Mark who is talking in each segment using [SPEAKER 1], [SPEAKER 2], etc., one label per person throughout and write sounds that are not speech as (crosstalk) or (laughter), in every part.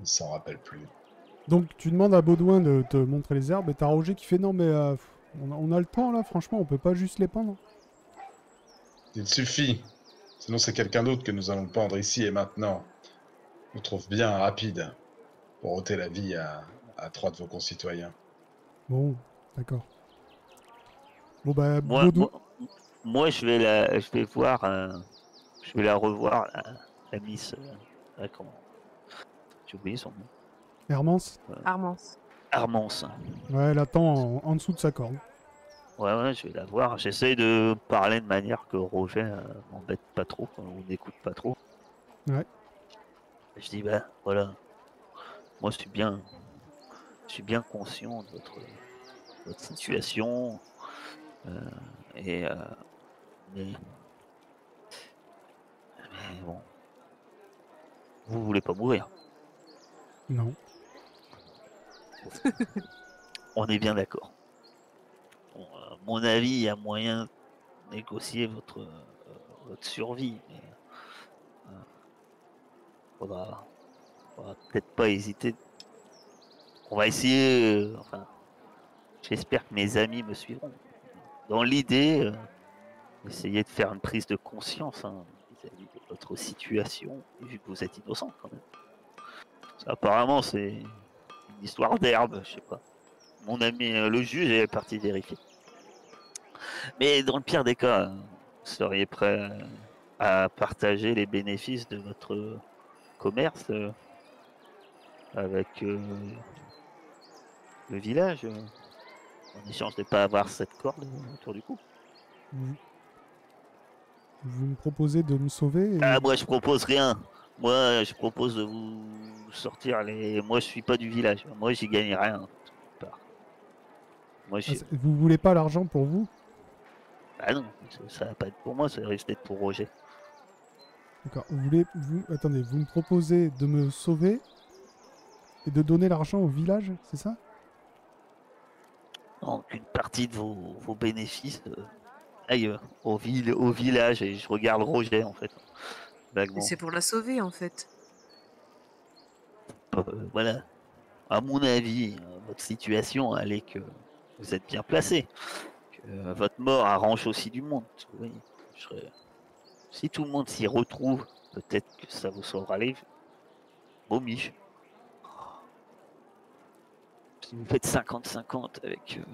[SPEAKER 1] Il s'en rappelle plus.
[SPEAKER 2] Donc tu demandes à Baudouin de te montrer les herbes et t'as Roger qui fait non mais euh, on, a, on a le temps là, franchement on peut pas juste les pendre.
[SPEAKER 1] Il suffit. Sinon, c'est quelqu'un d'autre que nous allons pendre ici et maintenant. Je trouve bien rapide pour ôter la vie à, à trois de vos concitoyens.
[SPEAKER 2] Bon, d'accord. Bon bah
[SPEAKER 3] Moi,
[SPEAKER 2] Baudouin-
[SPEAKER 3] moi, moi, je vais la, je vais voir, euh, je vais la revoir la, la Miss. euh, ah, comment J'ai oublié son nom.
[SPEAKER 2] Hermance,
[SPEAKER 4] Armance.
[SPEAKER 3] Armance.
[SPEAKER 2] ouais, elle attend en, en dessous de sa corde.
[SPEAKER 3] Ouais, ouais, je vais la voir. J'essaie de parler de manière que Roger euh, m'embête pas trop, quoi, ou n'écoute pas trop.
[SPEAKER 2] Ouais.
[SPEAKER 3] Je dis, bah voilà, moi je suis bien, je suis bien conscient de votre, votre situation. euh, et. euh, mais, mais bon. Vous voulez pas mourir,
[SPEAKER 2] Non.
[SPEAKER 3] on est bien d'accord. Bon, euh, à mon avis, il y a moyen de négocier votre, euh, votre survie, mais euh, faudra, faudra peut-être pas hésiter. On va essayer. euh, enfin, j'espère que mes amis me suivront. Dans l'idée, euh, essayer de faire une prise de conscience hein, vis-à-vis de votre situation, vu que vous êtes innocent quand même. Parce qu'apparemment, c'est une histoire d'herbe, je sais pas. Mon ami euh, le juge est parti vérifier. Mais dans le pire des cas, euh, vous seriez prêt euh, à partager les bénéfices de votre commerce euh, avec euh, le village euh, en échange de pas avoir cette corde autour du cou.
[SPEAKER 2] Vous, vous me proposez de me sauver et-
[SPEAKER 3] Ah, moi je propose rien. Moi je propose de vous sortir les. Moi je suis pas du village. Moi j'y gagne rien. quelque part. Moi
[SPEAKER 2] Ah,
[SPEAKER 3] je.
[SPEAKER 2] c'est- Vous voulez pas l'argent pour vous
[SPEAKER 3] Ah non, ça- ça va pas être pour moi, ça risque d'être pour Roger.
[SPEAKER 2] D'accord. Vous voulez vous attendez, vous me proposez de me sauver et de donner l'argent au village, c'est ça
[SPEAKER 3] Donc une partie de vos, vos bénéfices euh, ailleurs, au, vil- au village, et je regarde Roger en fait.
[SPEAKER 4] Mais
[SPEAKER 3] Vaguement.
[SPEAKER 4] C'est pour la sauver en fait. (laughs)
[SPEAKER 3] Euh, voilà. À mon avis, euh, votre situation, elle est que vous êtes bien placé. Que euh, votre mort arrange aussi du monde. Oui, je serais- Si tout le monde s'y retrouve, peut-être que ça vous sauvera les momies. Si vous faites 50-50 avec euh,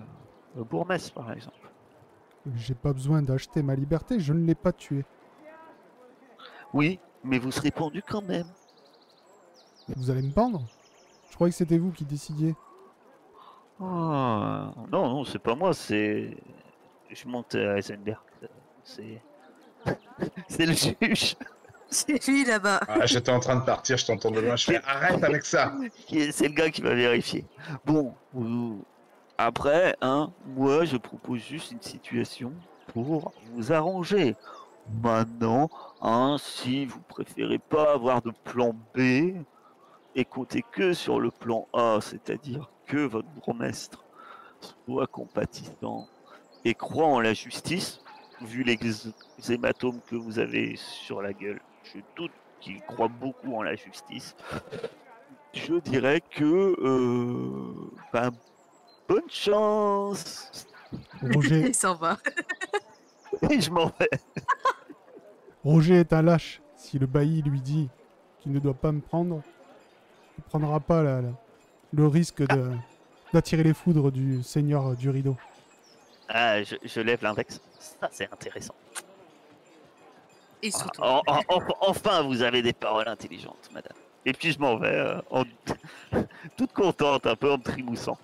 [SPEAKER 3] le bourgmestre, par exemple.
[SPEAKER 2] J'ai pas besoin d'acheter ma liberté, je ne l'ai pas tué.
[SPEAKER 3] Oui, mais vous serez pendu quand même.
[SPEAKER 2] Vous allez me pendre Je croyais que c'était vous qui décidiez.
[SPEAKER 3] Ah, non, non, c'est pas moi, c'est. Je monte à Heisenberg. C'est. (laughs) c'est le juge
[SPEAKER 4] C'est lui là-bas. (laughs)
[SPEAKER 1] Ah, J'étais en train de partir, je t'entends de loin. Je fais arrête avec ça.
[SPEAKER 3] qui est- C'est le gars qui va vérifier. Bon, vous- après, hein, moi je propose juste une situation pour vous arranger. Maintenant, hein, si vous préférez pas avoir de plan B et compter que sur le plan A, c'est-à-dire que votre bourgmestre soit compatissant et croit en la justice, vu les ex- hématomes que vous avez sur la gueule, je doute qu'il croit beaucoup en la justice. Je dirais que euh, ben, bonne chance. (laughs)
[SPEAKER 2] Roger,
[SPEAKER 4] Il s'en va.
[SPEAKER 3] Et je m'en vais.
[SPEAKER 2] Roger est un lâche. Si le bailli lui dit qu'il ne doit pas me prendre, il prendra pas la- la- le risque de- d'attirer les foudres du seigneur euh, du rideau.
[SPEAKER 3] Ah, je, je lève l'index. Ça, c'est intéressant.
[SPEAKER 4] Et surtout.
[SPEAKER 3] Ah, en- en- en- enfin, vous avez des paroles intelligentes, madame. Et puis je m'en vais, euh, en- (laughs) toute contente, un peu en me trimoussant.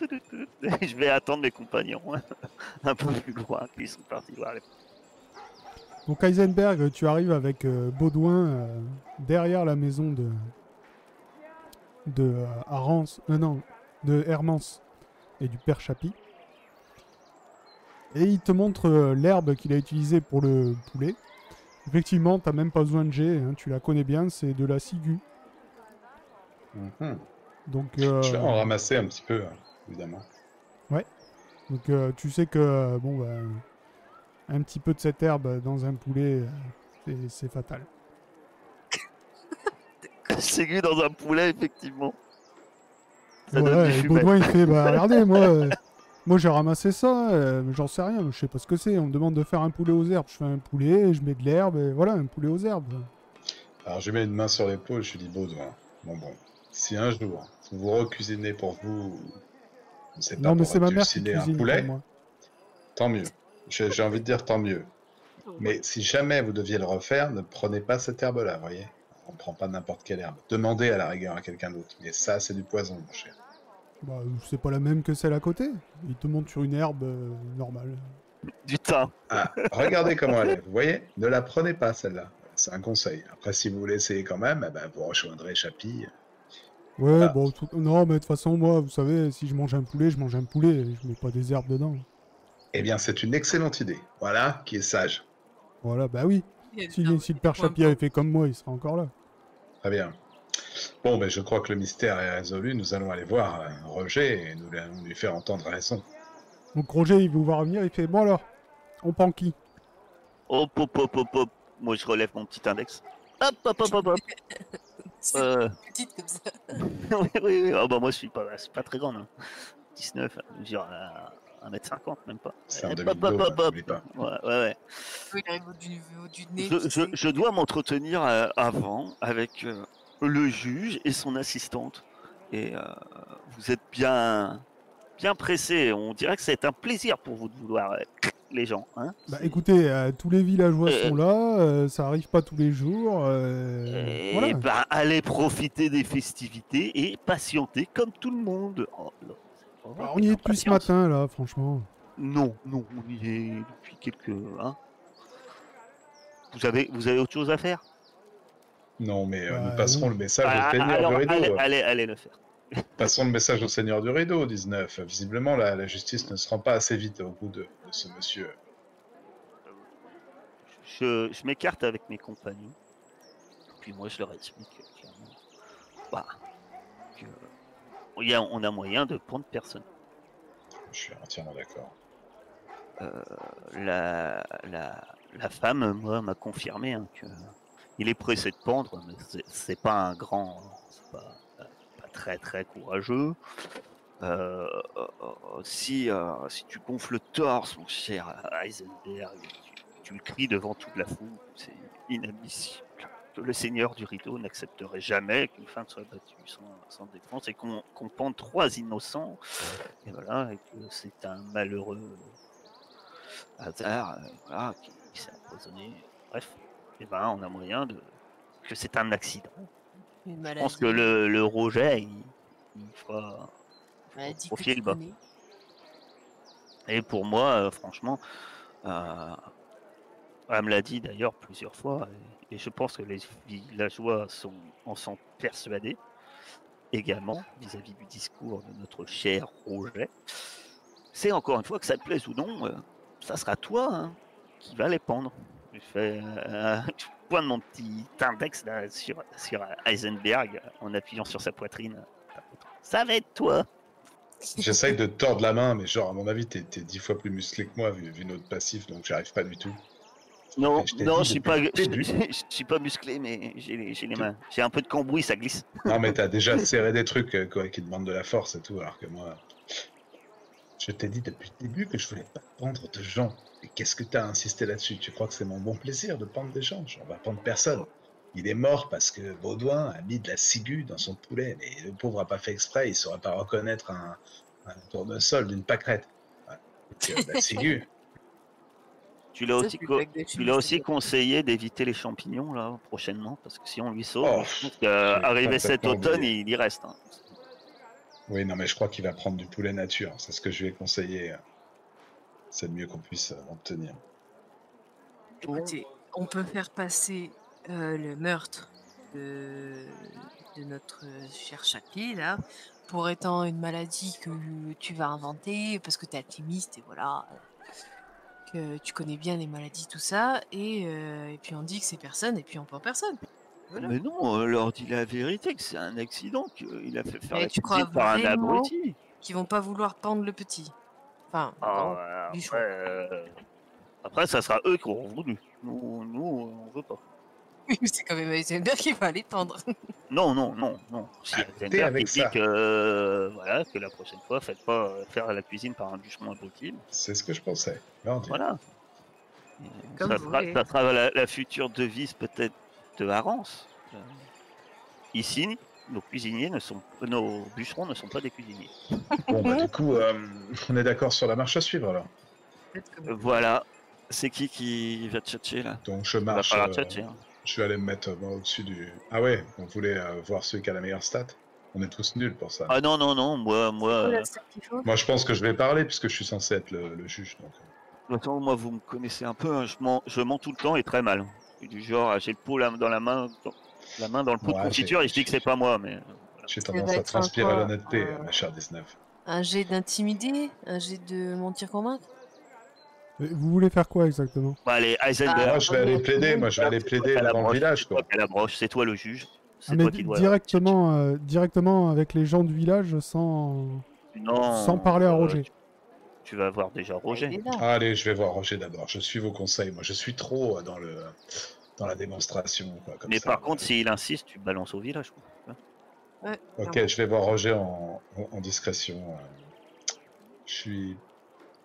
[SPEAKER 3] (laughs) Je vais attendre mes compagnons, hein, un peu plus loin, qui sont partis voir les... (laughs)
[SPEAKER 2] Donc Heisenberg, tu arrives avec euh, Baudouin euh, derrière la maison de de euh, Arance, euh, non, de Hermance et du père Chapi. Et il te montre euh, l'herbe qu'il a utilisée pour le poulet. Effectivement, t'as même pas besoin de jet, hein, tu la connais bien, c'est de la ciguë.
[SPEAKER 1] Mhm.
[SPEAKER 2] Donc, euh,
[SPEAKER 1] Je vais en ramasser un petit peu, hein, évidemment.
[SPEAKER 2] donc euh, tu sais que euh, bon, bah, un petit peu de cette herbe dans un poulet, euh, c'est- c'est fatal.
[SPEAKER 3] sécu dans un poulet, effectivement. Ça donne
[SPEAKER 2] Ouais,
[SPEAKER 3] du
[SPEAKER 2] et
[SPEAKER 3] fumet.
[SPEAKER 2] Baudouin, il fait
[SPEAKER 1] (laughs)
[SPEAKER 2] bah regardez moi euh, moi j'ai ramassé ça euh, mais j'en sais rien je sais pas ce que c'est on me demande de faire un poulet aux herbes je fais un poulet je mets de l'herbe et voilà un poulet aux herbes
[SPEAKER 1] Alors je mets une main sur l'épaule, je lui dis Baudouin, mon bon, si un jour vous vous recuisinez pour vous, je sais pas,
[SPEAKER 2] non mais
[SPEAKER 1] pour
[SPEAKER 2] c'est ma mère qui
[SPEAKER 1] récuisiner
[SPEAKER 2] cuisine
[SPEAKER 1] un
[SPEAKER 2] pour
[SPEAKER 1] poulet,
[SPEAKER 2] moi
[SPEAKER 1] tant mieux. J'ai j'ai envie de dire tant mieux. Mais si jamais vous deviez le refaire, ne prenez pas cette herbe-là, vous voyez On prend pas n'importe quelle herbe. Demandez à la rigueur à quelqu'un d'autre. Mais ça, c'est du poison, mon cher.
[SPEAKER 2] bah c'est pas la même que celle à côté il te monte sur une herbe euh, normale
[SPEAKER 3] Du thym.
[SPEAKER 1] Ah, regardez comment elle est, vous voyez Ne la prenez pas, celle-là. C'est un conseil. Après, si vous voulez essayer quand même, eh ben, vous rejoindrez Chapille.
[SPEAKER 2] ouais
[SPEAKER 1] Ah.
[SPEAKER 2] bon tout- non mais de toute façon moi vous savez si je mange un poulet je mange un poulet je mets pas des herbes dedans
[SPEAKER 1] Eh bien, c'est une excellente idée. Voilà, qui est sage.
[SPEAKER 2] voilà bah oui si, si le père Chapier avait fait comme moi il serait encore là
[SPEAKER 1] Très bien. Bon, ben, je crois que le mystère est résolu. Nous allons aller voir euh, Roger et nous allons lui faire entendre raison.
[SPEAKER 2] donc Roger il vous voit revenir il fait bon alors on prend qui
[SPEAKER 3] Hop, hop, hop, hop, hop. Moi, je relève mon petit index. Hop, hop, hop, hop, hop.
[SPEAKER 4] C'est
[SPEAKER 3] Euh,
[SPEAKER 4] petite comme ça.
[SPEAKER 3] (laughs) oui, oui, oui. Ah bah, moi, je suis pas, je suis pas très grande. hein. 19, euh, je veux dire, euh, 1m50, même pas.
[SPEAKER 1] C'est en
[SPEAKER 3] Eh,
[SPEAKER 1] 2002, hein, n'oublie pas.
[SPEAKER 3] Ouais, ouais, ouais.
[SPEAKER 4] (laughs) Oui, il arrive au du, au du nez.
[SPEAKER 3] Je,
[SPEAKER 4] tu
[SPEAKER 3] je-
[SPEAKER 4] sais.
[SPEAKER 3] je dois m'entretenir euh, avant avec euh, le juge et son assistante. Et euh, vous êtes bien, bien pressé. On dirait que c'est un plaisir pour vous de vouloir euh, (clears throat) les gens. Hein
[SPEAKER 2] Bah écoutez, euh, tous les villageois
[SPEAKER 3] Euh,
[SPEAKER 2] sont là, euh, ça arrive pas tous les jours.
[SPEAKER 1] Mmh.
[SPEAKER 2] euh,
[SPEAKER 3] Et
[SPEAKER 2] voilà.
[SPEAKER 3] ben, allez profiter des festivités et patienter comme tout le monde. Oh, non, c'est pas vrai,
[SPEAKER 1] Bah,
[SPEAKER 2] Alors, on y est depuis ce
[SPEAKER 3] patience.
[SPEAKER 2] matin là, franchement.
[SPEAKER 3] Non, non, on y est depuis quelques. hein. vous, avez, vous avez autre chose à faire
[SPEAKER 1] Non, mais euh,
[SPEAKER 2] Bah,
[SPEAKER 1] nous passerons
[SPEAKER 2] non.
[SPEAKER 1] le message
[SPEAKER 3] Ah,
[SPEAKER 1] au Seigneur
[SPEAKER 3] alors,
[SPEAKER 1] du Rideau.
[SPEAKER 3] allez, allez, allez le faire.
[SPEAKER 1] Passons le message au Seigneur du Rideau, 19. Visiblement, la, la justice ne se rend pas assez vite au bout de, de ce monsieur.
[SPEAKER 3] Je, je m'écarte avec mes compagnons. Puis moi, je leur explique que- clairement, bah, que, il y a- on a moyen de prendre personne.
[SPEAKER 1] Je suis entièrement d'accord.
[SPEAKER 3] La, la, la femme, moi, m'a confirmé hein, que il est pressé de pendre, mais c'est- c'est pas un grand, c'est pas, pas très très courageux. Euh, euh, euh, si, euh, si tu gonfles le torse, mon cher Heisenberg, tu, tu le cries devant toute la foule, c'est inadmissible. Que le seigneur du rideau n'accepterait jamais qu'une femme soit battue sans, sans défense et qu'on qu'on pende trois innocents. Et voilà, et que c'est un malheureux hasard euh, voilà, qui, qui s'est empoisonné. Bref, et ben, on a moyen de. que c'est un accident.
[SPEAKER 4] Une
[SPEAKER 3] Je
[SPEAKER 4] maladie.
[SPEAKER 3] pense que le, le Roger, il, il fera
[SPEAKER 4] maladie que
[SPEAKER 3] profil
[SPEAKER 4] tu
[SPEAKER 3] bas.
[SPEAKER 4] connais.
[SPEAKER 3] Et pour moi, euh, franchement, euh, elle me l'a dit d'ailleurs plusieurs fois, et, et je pense que les villageois sont, en sont persuadés également vis-à-vis du discours de notre cher Roger. C'est encore une fois que ça te plaise ou non, euh, ça sera toi hein, qui va les pendre. Je fais euh, (laughs) je pointe mon petit index là, sur, sur Heisenberg en appuyant sur sa poitrine. Ça va être toi.
[SPEAKER 1] J'essaye de te tordre la main, mais genre, à mon avis, t'es t'es dix fois plus musclé que moi, vu, vu notre passif, donc j'arrive pas du tout.
[SPEAKER 3] Non,
[SPEAKER 1] Mais je t'ai
[SPEAKER 3] non,
[SPEAKER 1] dit
[SPEAKER 3] je suis pas,
[SPEAKER 1] depuis
[SPEAKER 3] je,
[SPEAKER 1] le début.
[SPEAKER 3] (laughs) je- je suis pas musclé, mais j'ai les, j'ai les mains. J'ai un peu de cambouis, ça glisse.
[SPEAKER 1] Non, mais t'as déjà serré des trucs euh, quoi, qui demandent de la force et tout, alors que moi. Je t'ai dit depuis le début que je voulais pas pendre de gens. Et qu'est-ce que t'as insisté là-dessus Tu crois que c'est mon bon plaisir de pendre des gens On va pendre personne. Il est mort parce que Baudouin a mis de la ciguë dans son poulet. Mais le pauvre a pas fait exprès, il saurait pas reconnaître un, un tournesol d'une pâquerette. Ouais. Donc, euh, La ciguë.
[SPEAKER 3] Tu l'as
[SPEAKER 4] Ça,
[SPEAKER 3] aussi,
[SPEAKER 4] c'est une
[SPEAKER 3] co-
[SPEAKER 4] blague de
[SPEAKER 3] tu
[SPEAKER 4] chemise,
[SPEAKER 3] l'as
[SPEAKER 4] ça.
[SPEAKER 3] aussi conseillé d'éviter les champignons là prochainement, parce que si on lui sauve,
[SPEAKER 1] Oh,
[SPEAKER 3] je pense que, euh,
[SPEAKER 1] j'ai
[SPEAKER 3] arrivé cet
[SPEAKER 1] complètement
[SPEAKER 3] automne,
[SPEAKER 1] oublié.
[SPEAKER 3] il y reste. hein.
[SPEAKER 1] Oui, non, mais je crois qu'il va prendre du poulet nature. C'est ce que je lui ai conseillé. C'est le mieux qu'on puisse euh, obtenir.
[SPEAKER 4] Écoutez, on peut faire passer euh, le meurtre de, de notre euh, cher Chapi, là, pour étant une maladie que tu vas inventer, parce que tu es alchimiste, et voilà, que tu connais bien les maladies, tout ça, et, euh, et puis on dit que c'est personne, et puis on prend personne. Voilà.
[SPEAKER 3] Mais non, on leur dit la vérité que c'est un accident qu'il a fait faire
[SPEAKER 4] Mais
[SPEAKER 3] la
[SPEAKER 4] tu crois
[SPEAKER 3] cuisine par un
[SPEAKER 4] vraiment
[SPEAKER 3] abruti.
[SPEAKER 4] Qui vont pas vouloir pendre le petit. Enfin,
[SPEAKER 3] Ah,
[SPEAKER 4] bon,
[SPEAKER 3] ouais,
[SPEAKER 4] du
[SPEAKER 3] après, euh, après, ça sera eux qui auront voulu. Nous, nous, on veut pas.
[SPEAKER 4] (laughs) oui, mais c'est quand même Heisenberg qui va les pendre. (laughs)
[SPEAKER 3] Non, non, non, non. Si
[SPEAKER 1] Ah,
[SPEAKER 3] Heisenberg,
[SPEAKER 1] t'es avec
[SPEAKER 3] il dit
[SPEAKER 1] ça.
[SPEAKER 3] que, euh, voilà, que la prochaine fois, faites pas euh, faire la cuisine par un bûcheron abruti.
[SPEAKER 1] C'est ce que je pensais. Là,
[SPEAKER 3] Voilà.
[SPEAKER 4] Comme
[SPEAKER 3] ça,
[SPEAKER 4] vous
[SPEAKER 3] sera,
[SPEAKER 4] voulez.
[SPEAKER 3] ça sera la, la future devise peut-être de Harance. Euh, Ici, nos cuisiniers ne sont, nos bûcherons ne sont pas des cuisiniers.
[SPEAKER 1] Bon, bah, du coup, euh, on est d'accord sur la marche à suivre alors.
[SPEAKER 4] Peut-être que-
[SPEAKER 3] Euh, Voilà. C'est qui qui va tchatcher là
[SPEAKER 1] Donc je
[SPEAKER 3] On va
[SPEAKER 1] marche.
[SPEAKER 3] pas
[SPEAKER 1] euh,
[SPEAKER 3] la tchatcher. hein.
[SPEAKER 1] je vais aller me mettre euh, moi, au-dessus du. Ah ouais, on voulait euh, voir celui qui a la meilleure stat. On est tous nuls pour ça.
[SPEAKER 3] Ah non, non, non, moi, moi,
[SPEAKER 4] Oh,
[SPEAKER 3] euh,
[SPEAKER 4] la star qu'il faut.
[SPEAKER 1] Moi, je pense que je vais parler puisque je suis censé être le, le juge. Donc, euh,
[SPEAKER 3] de toute façon, moi vous me connaissez un peu, hein, je, mens, je mens tout le temps et très mal. Du genre, j'ai le pot là- dans la main, dans- la main dans le pot
[SPEAKER 1] Ouais,
[SPEAKER 3] de confiture
[SPEAKER 1] j'ai-
[SPEAKER 3] et je dis que c'est pas moi, mais.
[SPEAKER 1] j'ai
[SPEAKER 4] Ça
[SPEAKER 1] tendance
[SPEAKER 4] doit
[SPEAKER 1] à
[SPEAKER 4] être euh,
[SPEAKER 1] transpirer à
[SPEAKER 4] encore
[SPEAKER 1] l'honnêteté,
[SPEAKER 4] un-
[SPEAKER 1] ma chère 19.
[SPEAKER 4] Un jet d'intimider, un jet de mentir convaincre.
[SPEAKER 2] Et Euh, Vous voulez faire quoi exactement
[SPEAKER 3] Bah, allez, Heisenberg.
[SPEAKER 1] Ah,
[SPEAKER 3] Ah,
[SPEAKER 1] moi, je vais aller plaider. Moi, je vais aller plaider
[SPEAKER 3] à la
[SPEAKER 1] dans le
[SPEAKER 3] broche,
[SPEAKER 1] village,
[SPEAKER 3] C'est toi
[SPEAKER 1] quoi.
[SPEAKER 3] qui as la broche, c'est toi le juge.
[SPEAKER 2] Ah,
[SPEAKER 3] C'est
[SPEAKER 2] mais
[SPEAKER 3] toi
[SPEAKER 2] di-
[SPEAKER 3] qui dois.
[SPEAKER 2] directement, euh, directement avec les gens du village sans.
[SPEAKER 3] Non,
[SPEAKER 2] sans parler à
[SPEAKER 3] euh,
[SPEAKER 2] Roger.
[SPEAKER 3] tu- Tu vas voir déjà
[SPEAKER 4] Il
[SPEAKER 3] Roger.
[SPEAKER 4] est là.
[SPEAKER 1] Ah, Allez, je vais voir Roger d'abord. Je suis vos conseils. Moi, je suis trop euh, dans le dans la démonstration, quoi. Comme
[SPEAKER 3] Mais
[SPEAKER 1] ça.
[SPEAKER 3] par contre, s'il insiste, tu balances au village. quoi.
[SPEAKER 1] Ok, je vais voir Roger en, en- en discrétion. euh. Je suis.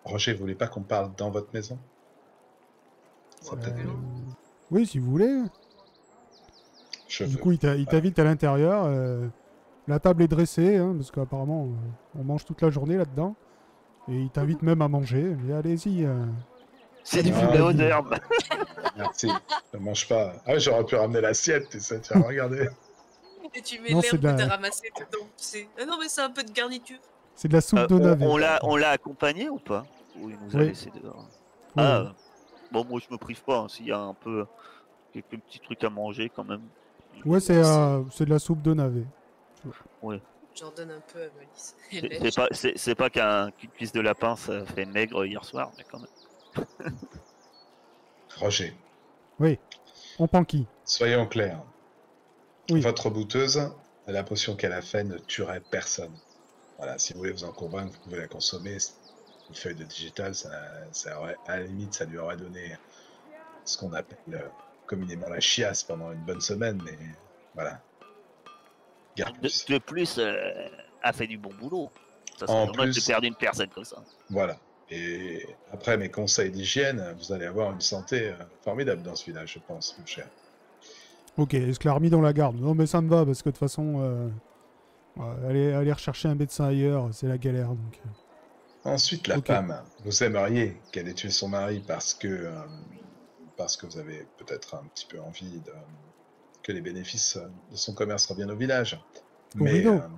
[SPEAKER 1] Roger, vous voulez pas qu'on parle dans votre maison Ça
[SPEAKER 4] Ouais,
[SPEAKER 1] peut-être
[SPEAKER 2] euh,
[SPEAKER 1] mieux.
[SPEAKER 2] Oui, si vous voulez.
[SPEAKER 1] Je
[SPEAKER 2] Du
[SPEAKER 1] veux.
[SPEAKER 2] coup, il t'a- il t'invite à l'intérieur. euh, la table est dressée, hein, parce qu'apparemment, euh, on mange toute la journée là-dedans. Et il t'invite même à manger. Mais allez-y. euh.
[SPEAKER 3] C'est du
[SPEAKER 1] Ah,
[SPEAKER 3] fumé aux
[SPEAKER 2] oui.
[SPEAKER 3] herbes.
[SPEAKER 1] Merci. ne mange pas. Ah, j'aurais pu ramener l'assiette, tu sais. Tiens, regardez.
[SPEAKER 4] Et tu mets
[SPEAKER 2] Non, c'est
[SPEAKER 4] l'herbe
[SPEAKER 2] de la-
[SPEAKER 4] que t'as ramassée dedans. tu sais. Ah non, mais c'est un peu de garniture.
[SPEAKER 2] C'est de la soupe
[SPEAKER 3] Euh,
[SPEAKER 2] de
[SPEAKER 3] on-
[SPEAKER 2] navet.
[SPEAKER 3] on l'a- on l'a accompagné ou pas Ou il nous a
[SPEAKER 2] Oui.
[SPEAKER 3] laissé dehors
[SPEAKER 2] Ouais.
[SPEAKER 3] Ah, euh, bon, moi je me prive pas. hein, S'il y a un peu quelques petits trucs à manger quand même.
[SPEAKER 2] Ouais, c'est euh, c'est de la soupe de navet.
[SPEAKER 4] J'en donne un peu à Malice.
[SPEAKER 5] Eh
[SPEAKER 4] Elle
[SPEAKER 3] C'est
[SPEAKER 5] ben,
[SPEAKER 4] lèche.
[SPEAKER 3] c'est pas, c'est- c'est pas qu'un- qu'une cuisse de lapin ça fait maigre hier soir, mais quand même.
[SPEAKER 1] Roger,
[SPEAKER 2] On panquille.
[SPEAKER 1] soyons clairs.
[SPEAKER 2] Oui.
[SPEAKER 1] Votre bouteuse, la potion qu'elle a faite ne tuerait personne. Voilà, si vous voulez vous en convaincre, vous pouvez la consommer. Une feuille de digital, ça, ça aurait, à la limite, ça lui aurait donné ce qu'on appelle euh, communément la chiasse pendant une bonne semaine, mais voilà.
[SPEAKER 3] Ah,
[SPEAKER 1] Garde plus.
[SPEAKER 3] De, de plus, euh, a fait du bon boulot. Ça
[SPEAKER 1] En
[SPEAKER 3] serait dommage
[SPEAKER 1] plus-
[SPEAKER 3] de perdre une personne comme ça.
[SPEAKER 1] Voilà. Et après mes conseils d'hygiène, vous allez avoir une santé euh, formidable dans ce village, je pense, mon cher.
[SPEAKER 2] Ok, est-ce que l'a remis dans la garde Non, mais ça me va, parce que de toute façon, euh, ouais, aller, aller rechercher un médecin ailleurs, c'est la galère. Donc, euh.
[SPEAKER 1] Ensuite, la
[SPEAKER 2] Ok.
[SPEAKER 1] femme, vous aimeriez qu'elle ait tué son mari parce que, euh, parce que vous avez peut-être un petit peu envie de- que les bénéfices euh, de son commerce reviennent au village.
[SPEAKER 2] Au rideau.
[SPEAKER 1] euh,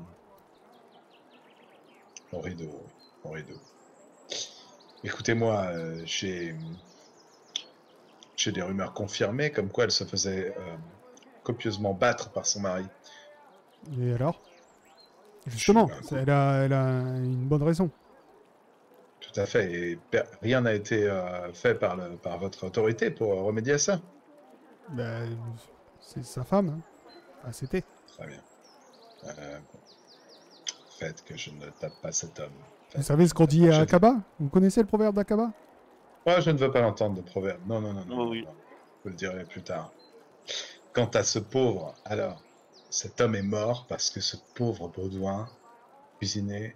[SPEAKER 1] au rideau, oui, au rideau. Écoutez-moi, euh, j'ai j'ai des rumeurs confirmées comme quoi elle se faisait euh, copieusement battre par son mari.
[SPEAKER 2] euh. Et alors Justement,
[SPEAKER 1] Je suis pas
[SPEAKER 2] c'est- elle a, elle a une bonne raison.
[SPEAKER 1] Tout à fait. Et per- rien n'a été euh, fait par, le, par votre autorité pour euh, remédier à ça.
[SPEAKER 2] Ben, c'est sa femme. hein. Ah, c'était.
[SPEAKER 1] Très bien. Euh, bon. Faites que je ne tape pas cet homme.
[SPEAKER 2] Vous savez ce qu'on dit
[SPEAKER 1] Je-
[SPEAKER 2] à Akaba Vous connaissez le proverbe d'Akaba
[SPEAKER 1] Oh, je ne veux pas l'entendre de proverbe. Non, non, non, non.
[SPEAKER 3] Oh,
[SPEAKER 1] non,
[SPEAKER 3] oui.
[SPEAKER 1] non. Vous le direz plus tard. Quant à ce pauvre, alors, cet homme est mort parce que ce pauvre Baudouin cuisinait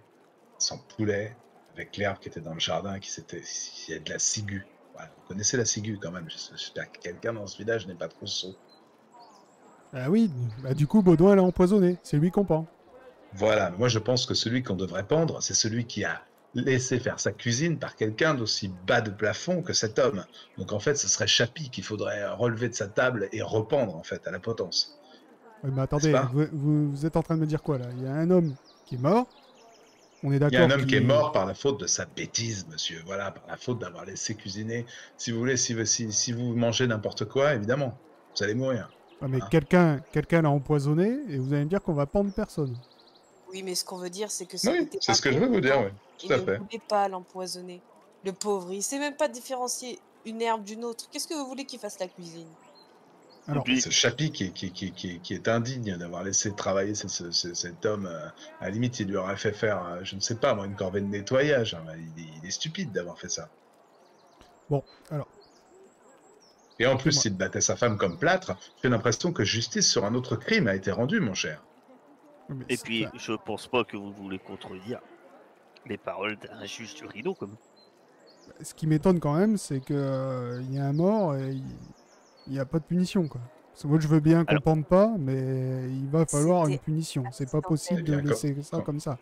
[SPEAKER 1] son poulet avec l'herbe qui était dans le jardin, qui s'était, il y a de la ciguë. Voilà, vous connaissez la ciguë quand même. J'es- J'espère que quelqu'un dans ce village n'est pas trop sot.
[SPEAKER 2] Ah oui, bah du coup, Baudouin l'a empoisonné. C'est lui qu'on pend.
[SPEAKER 1] Voilà, moi je pense que celui qu'on devrait pendre, c'est celui qui a laissé faire sa cuisine par quelqu'un d'aussi bas de plafond que cet homme. Donc en fait, ce serait Chapi qu'il faudrait relever de sa table et rependre en fait à la potence.
[SPEAKER 2] Ouais, mais attendez,
[SPEAKER 1] N'est-ce pas
[SPEAKER 2] vous, vous- vous êtes en train de me dire quoi là Il y a un homme qui est mort. On
[SPEAKER 1] Il
[SPEAKER 2] est
[SPEAKER 1] y
[SPEAKER 2] d'accord.
[SPEAKER 1] a un homme qui est mort par la faute de sa bêtise, monsieur. Voilà, par la faute d'avoir laissé cuisiner. Si vous voulez, si, si, si vous mangez n'importe quoi, évidemment, vous allez mourir.
[SPEAKER 2] Ah, mais
[SPEAKER 1] Hein.
[SPEAKER 2] quelqu'un quelqu'un l'a empoisonné et vous allez me dire qu'on va pendre personne.
[SPEAKER 5] Oui, mais ce qu'on veut dire, c'est que ça
[SPEAKER 1] Oui,
[SPEAKER 5] n'était
[SPEAKER 1] c'est
[SPEAKER 5] pas
[SPEAKER 1] ce que je
[SPEAKER 5] pour
[SPEAKER 1] veux vous dire, oui.
[SPEAKER 5] Il
[SPEAKER 1] Tout à
[SPEAKER 5] ne
[SPEAKER 1] fait.
[SPEAKER 5] voulait pas l'empoisonner. Le pauvre, il sait même pas différencier une herbe d'une autre. Qu'est-ce que vous voulez qu'il fasse la cuisine
[SPEAKER 2] Alors,
[SPEAKER 3] Puis-
[SPEAKER 1] Ce Chapi qui, est- qui, qui, qui, qui est indigne d'avoir laissé travailler ce- ce- ce- cet homme, euh, à la limite, il lui aurait fait faire, euh, je ne sais pas, moi, une corvée de nettoyage. hein, mais il, est- il est stupide d'avoir fait ça. Et en plus,
[SPEAKER 2] Moi.
[SPEAKER 1] s'il battait sa femme comme plâtre, j'ai l'impression que justice sur un autre crime a été rendue, mon cher.
[SPEAKER 2] Mais
[SPEAKER 3] Et
[SPEAKER 2] c'est
[SPEAKER 3] puis,
[SPEAKER 2] pas-
[SPEAKER 3] je pense pas que vous voulez contredire les paroles d'un juge du rideau, comme
[SPEAKER 2] ce qui m'étonne quand même, c'est que euh, il y a un mort et il- il n'y a pas de punition, quoi. Parce que moi, je veux bien qu'on
[SPEAKER 3] Alors-
[SPEAKER 2] pende pas, mais il va falloir une
[SPEAKER 6] C'était
[SPEAKER 2] punition. C'est pas possible de
[SPEAKER 1] accidentel.
[SPEAKER 2] laisser ça
[SPEAKER 1] D'accord.
[SPEAKER 2] comme ça.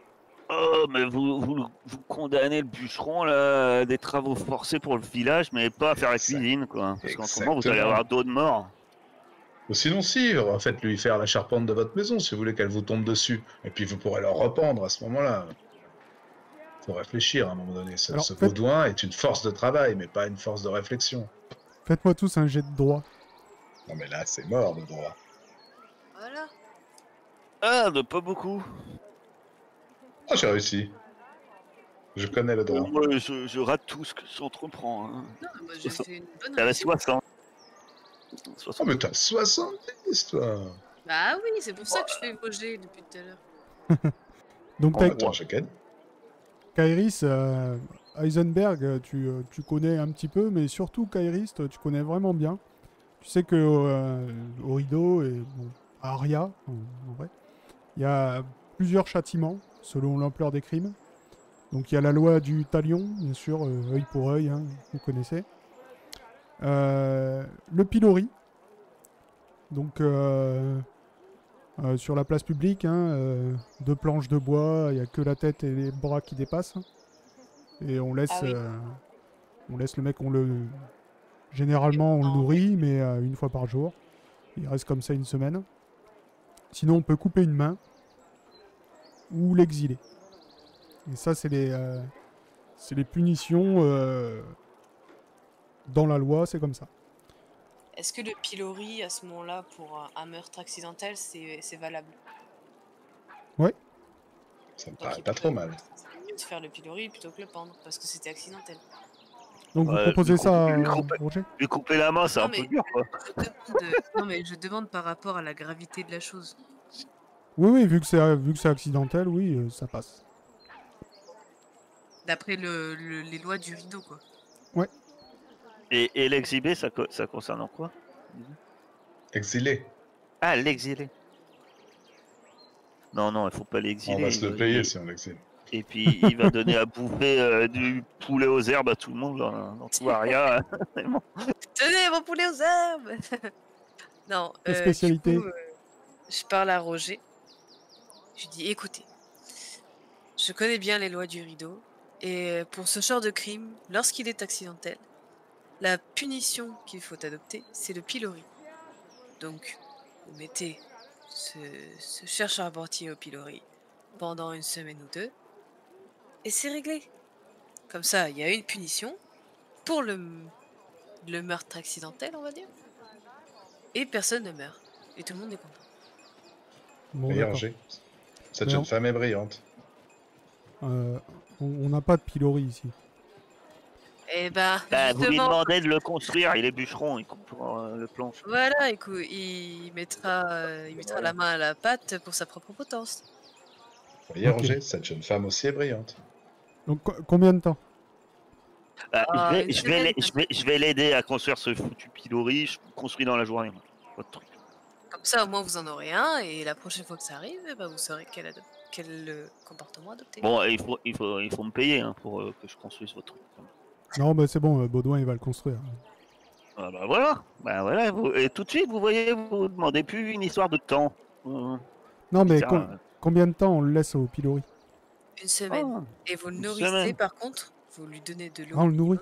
[SPEAKER 3] Oh, mais vous, vous, le- vous condamnez le bûcheron là, à des travaux forcés pour le village, mais pas à faire la
[SPEAKER 1] Exact-
[SPEAKER 3] cuisine, quoi. Parce qu'en ce moment, vous allez
[SPEAKER 1] exactement.
[SPEAKER 3] avoir d'autres morts.
[SPEAKER 1] Ou sinon, si, faites-lui faire la charpente de votre maison si vous voulez qu'elle vous tombe dessus. Et puis vous pourrez leur rependre à ce moment-là. Faut réfléchir à un moment donné. Ce,
[SPEAKER 2] Alors,
[SPEAKER 1] ce
[SPEAKER 2] faites-
[SPEAKER 1] Baudouin est une force de travail, mais pas une force de réflexion.
[SPEAKER 2] Faites-moi tous un jet de droit.
[SPEAKER 1] Non, mais là, c'est mort de droit.
[SPEAKER 4] Voilà.
[SPEAKER 3] Ah, de pas beaucoup.
[SPEAKER 1] Ah, j'ai réussi. Je connais le droit.
[SPEAKER 3] Moi, je, je rate tout ce que j'entreprends. Hein.
[SPEAKER 4] Non, Ah, moi j'ai
[SPEAKER 3] Soixante-
[SPEAKER 4] fait une bonne
[SPEAKER 3] T'avais
[SPEAKER 4] réussite.
[SPEAKER 3] 60.
[SPEAKER 1] Oh,
[SPEAKER 3] 60.
[SPEAKER 1] mais t'as 70, toi
[SPEAKER 4] Bah oui, c'est pour ça que je fais Roger depuis tout à l'heure.
[SPEAKER 2] Donc,
[SPEAKER 1] Bon, bah,
[SPEAKER 2] t'as
[SPEAKER 1] Attends, je gagne.
[SPEAKER 2] Kairis, euh, Heisenberg, euh, tu, euh, tu connais un petit peu, mais surtout Kairis, toi, tu connais vraiment bien. Tu sais que euh, au rideau et bon, à Aria, en, en vrai, il y a plusieurs châtiments selon l'ampleur des crimes. Donc il y a la loi du talion, bien sûr, euh, œil pour œil, hein, vous connaissez. Euh, le pilori, donc euh, euh, sur la place publique, hein, euh, deux planches de bois, il n'y a que la tête et les bras qui dépassent. Et on laisse,
[SPEAKER 5] Ah oui.
[SPEAKER 2] euh, on laisse le mec, on le généralement on le nourrit, mais euh, une fois par jour. Il reste comme ça une semaine. Sinon, on peut couper une main ou l'exiler. Et ça, c'est les, euh, c'est les punitions euh, dans la loi, c'est comme ça.
[SPEAKER 5] Est-ce que le pilori à ce moment-là pour un, un meurtre accidentel c'est c'est valable
[SPEAKER 1] Ça me
[SPEAKER 5] Donc,
[SPEAKER 1] paraît
[SPEAKER 5] il
[SPEAKER 1] Ah, pas trop
[SPEAKER 5] pourrait-
[SPEAKER 1] mal.
[SPEAKER 5] C'est mieux de faire le pilori plutôt que le pendre parce que c'était accidentel.
[SPEAKER 2] Donc
[SPEAKER 3] Ouais,
[SPEAKER 2] vous proposez
[SPEAKER 3] micro-
[SPEAKER 2] ça à
[SPEAKER 3] micro-
[SPEAKER 2] Roger
[SPEAKER 3] Lui couper la main, c'est
[SPEAKER 4] Non,
[SPEAKER 3] un peu
[SPEAKER 4] mais-
[SPEAKER 3] dur, quoi.
[SPEAKER 4] Je
[SPEAKER 5] euh,
[SPEAKER 4] demande, non mais je demande par rapport à la gravité de la chose.
[SPEAKER 2] Oui, oui, vu que c'est euh, vu que c'est accidentel, oui, euh, ça passe.
[SPEAKER 4] D'après le- le- les lois du rideau, quoi.
[SPEAKER 3] Et, et l'exhiber, ça, co- ça concerne en quoi
[SPEAKER 1] Exilé.
[SPEAKER 3] Ah, l'exiler. Non, non, il faut pas l'exiler.
[SPEAKER 1] On va
[SPEAKER 3] il
[SPEAKER 1] se le
[SPEAKER 3] va-
[SPEAKER 1] payer
[SPEAKER 3] il-
[SPEAKER 1] si on l'exile.
[SPEAKER 3] Et puis il va donner à bouffer euh, du poulet aux herbes à tout le monde hein, dans, dans tout Aria. hein.
[SPEAKER 4] (laughs) Tenez mon poulet aux herbes (laughs) Non,
[SPEAKER 2] La
[SPEAKER 4] euh, du
[SPEAKER 2] spécialité.
[SPEAKER 4] coup, euh, je parle à Roger. Je lui dis écoutez, je connais bien les lois du rideau, et pour ce genre de crime, lorsqu'il est accidentel, la punition qu'il faut adopter, c'est le pilori. Donc, vous mettez ce, ce cher charpentier au pilori pendant une semaine ou deux, et c'est réglé. Comme ça, il y a une punition pour le, le meurtre accidentel, on va dire. Et personne ne meurt. Et tout le monde est content.
[SPEAKER 2] Bon,
[SPEAKER 1] D'ailleurs,
[SPEAKER 2] d'accord.
[SPEAKER 1] j'ai- Cette
[SPEAKER 2] Non.
[SPEAKER 1] jeune femme est brillante.
[SPEAKER 2] Euh, on on n'a pas de pilori ici.
[SPEAKER 4] Eh ben,
[SPEAKER 3] Bah, vous lui
[SPEAKER 4] justement,
[SPEAKER 3] demandez de le construire, il est bûcheron, il comprend euh, le plan.
[SPEAKER 4] voilà, écoute, il mettra, euh, il mettra la main à la pâte pour sa propre potence.
[SPEAKER 1] Voyez,
[SPEAKER 2] Ok.
[SPEAKER 1] Roger, cette jeune femme aussi est brillante.
[SPEAKER 2] Donc co- combien de temps
[SPEAKER 3] Bah,
[SPEAKER 4] Ah,
[SPEAKER 3] je vais-
[SPEAKER 4] une
[SPEAKER 3] je vais
[SPEAKER 4] semaine.
[SPEAKER 3] l'a- je vais- je vais l'aider à construire ce foutu pilori, je construis dans la journée. moi. Pas de truc.
[SPEAKER 4] Comme ça, au moins, vous en aurez un, et la prochaine fois que ça arrive, eh ben, vous saurez quel, ado- quel euh, comportement adopter.
[SPEAKER 3] Bon, et il faut, il faut, il faut me payer hein, pour euh, que je construise votre truc.
[SPEAKER 2] Non, bah c'est bon, euh, Baudouin il va le construire.
[SPEAKER 3] Ah, bah voilà, bah, voilà vous- et tout de suite, vous voyez, vous demandez plus une histoire de temps. Hum,
[SPEAKER 2] Non, mais
[SPEAKER 3] ça,
[SPEAKER 2] com-
[SPEAKER 3] euh,
[SPEAKER 2] combien de temps on le laisse au pilori
[SPEAKER 4] Une semaine.
[SPEAKER 3] ah,
[SPEAKER 4] Et vous le
[SPEAKER 3] une
[SPEAKER 4] nourrissez,
[SPEAKER 3] semaine.
[SPEAKER 4] par contre, vous lui donnez de l'eau.
[SPEAKER 2] Ah, on le nourrit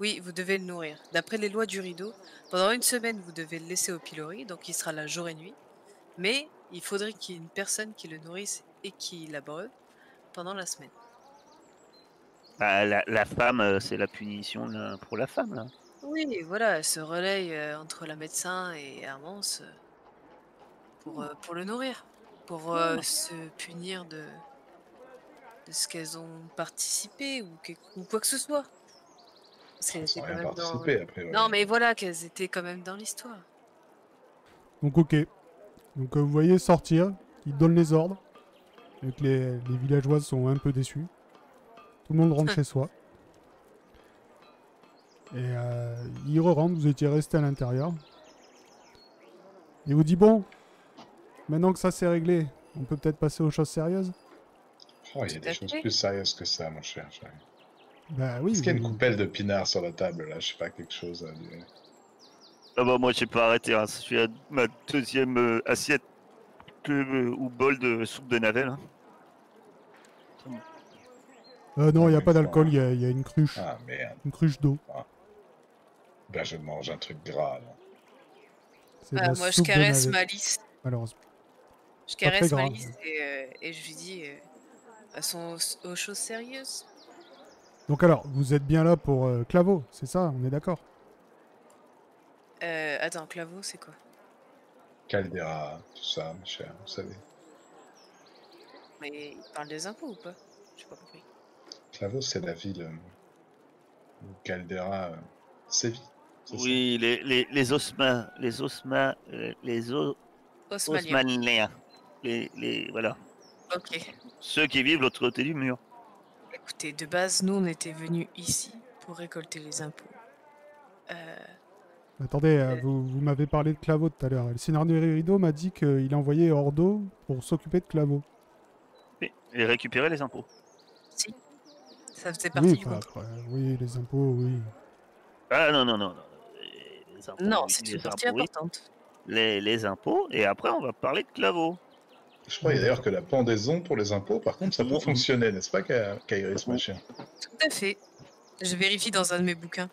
[SPEAKER 4] Oui, vous devez le nourrir. D'après les lois du rideau, pendant une semaine, vous devez le laisser au pilori, donc il sera là jour et nuit. Mais il faudrait qu'il y ait une personne qui le nourrisse et qui l'abreuve pendant la semaine.
[SPEAKER 3] bah, la, la femme, euh, c'est la punition là, pour la femme. Là.
[SPEAKER 4] Oui, voilà, elle se relaye euh, entre la médecin et Hermance euh, pour, euh, pour le nourrir, pour euh, se punir de, de ce qu'elles ont participé ou, que- ou quoi que ce soit. Parce qu'elles
[SPEAKER 1] Sans
[SPEAKER 4] étaient
[SPEAKER 1] rien
[SPEAKER 4] quand même dans...
[SPEAKER 1] participer, a priori.
[SPEAKER 4] Non, mais voilà, qu'elles étaient quand même dans l'histoire.
[SPEAKER 2] Donc ok. Donc euh, vous voyez sortir, il donne les ordres. Donc les, les villageois
[SPEAKER 4] (laughs)
[SPEAKER 2] sont un peu déçus. Tout le monde rentre chez soi. Et euh, il re-rentre, vous étiez resté à l'intérieur. Il vous dit Bon, maintenant que ça c'est réglé, on peut peut-être passer aux choses sérieuses
[SPEAKER 1] Oh, il y a
[SPEAKER 5] Tout
[SPEAKER 1] des
[SPEAKER 5] à
[SPEAKER 1] choses
[SPEAKER 5] fait.
[SPEAKER 1] plus sérieuses que ça, mon cher. Jack.
[SPEAKER 2] Bah oui.
[SPEAKER 1] Est-ce qu'il y a une
[SPEAKER 2] vous-
[SPEAKER 1] coupelle de pinard sur la table, là Je sais pas, quelque chose. euh, du-
[SPEAKER 3] Ah bah moi j'ai pas arrêté, hein. je suis à ma deuxième euh, assiette que, euh, ou bol de soupe de navel. hein.
[SPEAKER 2] Euh, non, il n'y a
[SPEAKER 1] Encore
[SPEAKER 2] pas
[SPEAKER 1] une fois.
[SPEAKER 2] d'alcool, il y, a- il y a une cruche.
[SPEAKER 1] Ah, merde.
[SPEAKER 2] Une cruche d'eau.
[SPEAKER 1] Là, je mange un truc gras, là.
[SPEAKER 2] C'est de
[SPEAKER 4] Euh,
[SPEAKER 2] la
[SPEAKER 4] moi, je
[SPEAKER 2] soupe de
[SPEAKER 4] caresse
[SPEAKER 2] navette,
[SPEAKER 4] ma liste.
[SPEAKER 2] Malheureusement.
[SPEAKER 4] Je
[SPEAKER 2] Pas très hein.
[SPEAKER 4] caresse ma
[SPEAKER 2] grave.
[SPEAKER 4] liste et, euh, et je lui dis euh, passons aux, aux choses sérieuses.
[SPEAKER 2] Donc alors, vous êtes bien là pour euh, Claveau, c'est ça On est d'accord
[SPEAKER 4] Euh, attends, Claveau, c'est quoi
[SPEAKER 1] Caldera, tout ça, mon cher, vous savez.
[SPEAKER 4] Mais il parle des impôts ou pas J'ai pas compris.
[SPEAKER 1] Clavos, c'est la ville euh, où Caldera euh, sévit. c'est ça
[SPEAKER 3] Oui, les, les, les Osmains, les Osmains, euh, les O-
[SPEAKER 4] Osmanien.
[SPEAKER 3] Osmaniens. Les, les, voilà.
[SPEAKER 4] Ok.
[SPEAKER 3] Ceux qui vivent de l'autre côté du mur.
[SPEAKER 4] Écoutez, de base, nous, on était venus ici pour récolter les impôts. Euh,
[SPEAKER 2] Attendez, euh,
[SPEAKER 4] Euh.
[SPEAKER 2] vous, vous m'avez parlé de Claveau tout à l'heure. Le seigneur du Rideau m'a dit qu'il envoyait Ordo pour s'occuper de Claveau.
[SPEAKER 3] Et, et récupérer les impôts.
[SPEAKER 4] ça faisait partie
[SPEAKER 2] Oui,
[SPEAKER 4] du
[SPEAKER 2] enfin,
[SPEAKER 4] contrat.
[SPEAKER 2] après, oui, les impôts, oui.
[SPEAKER 3] Ah non, non, non. non. Et Les impôts,
[SPEAKER 4] Non,
[SPEAKER 3] oui,
[SPEAKER 4] c'est
[SPEAKER 3] les
[SPEAKER 4] une partie
[SPEAKER 3] impôts, oui.
[SPEAKER 4] importante.
[SPEAKER 3] les, les impôts, et après on va parler de claveau.
[SPEAKER 1] Je croyais d'ailleurs que la pendaison pour les impôts, par contre, ça peut
[SPEAKER 3] Oui.
[SPEAKER 1] fonctionner, n'est-ce pas, Ka- Kairis, mon cher
[SPEAKER 4] Tout à fait. Je vérifie dans un de mes bouquins.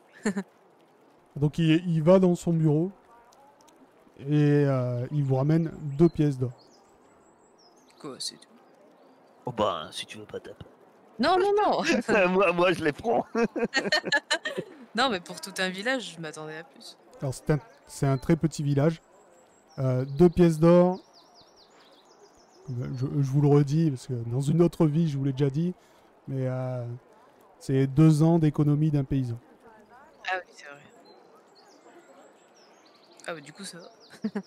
[SPEAKER 2] Donc il, il va dans son bureau et euh, il vous ramène deux pièces d'or.
[SPEAKER 4] Quoi, c'est tout
[SPEAKER 3] Oh bah, si tu veux pas (laughs) taper.
[SPEAKER 4] Non, non, non
[SPEAKER 3] moi, moi, je les prends.
[SPEAKER 4] Non, mais pour tout un village, je m'attendais à plus.
[SPEAKER 2] Alors c'est un, c'est un très petit village. Euh, deux pièces d'or. Euh, Je, je vous le redis parce que dans une autre vie, je vous l'ai déjà dit, mais euh, c'est deux ans d'économie d'un paysan.
[SPEAKER 4] Ah oui, c'est vrai. Ah bah du coup, ça va.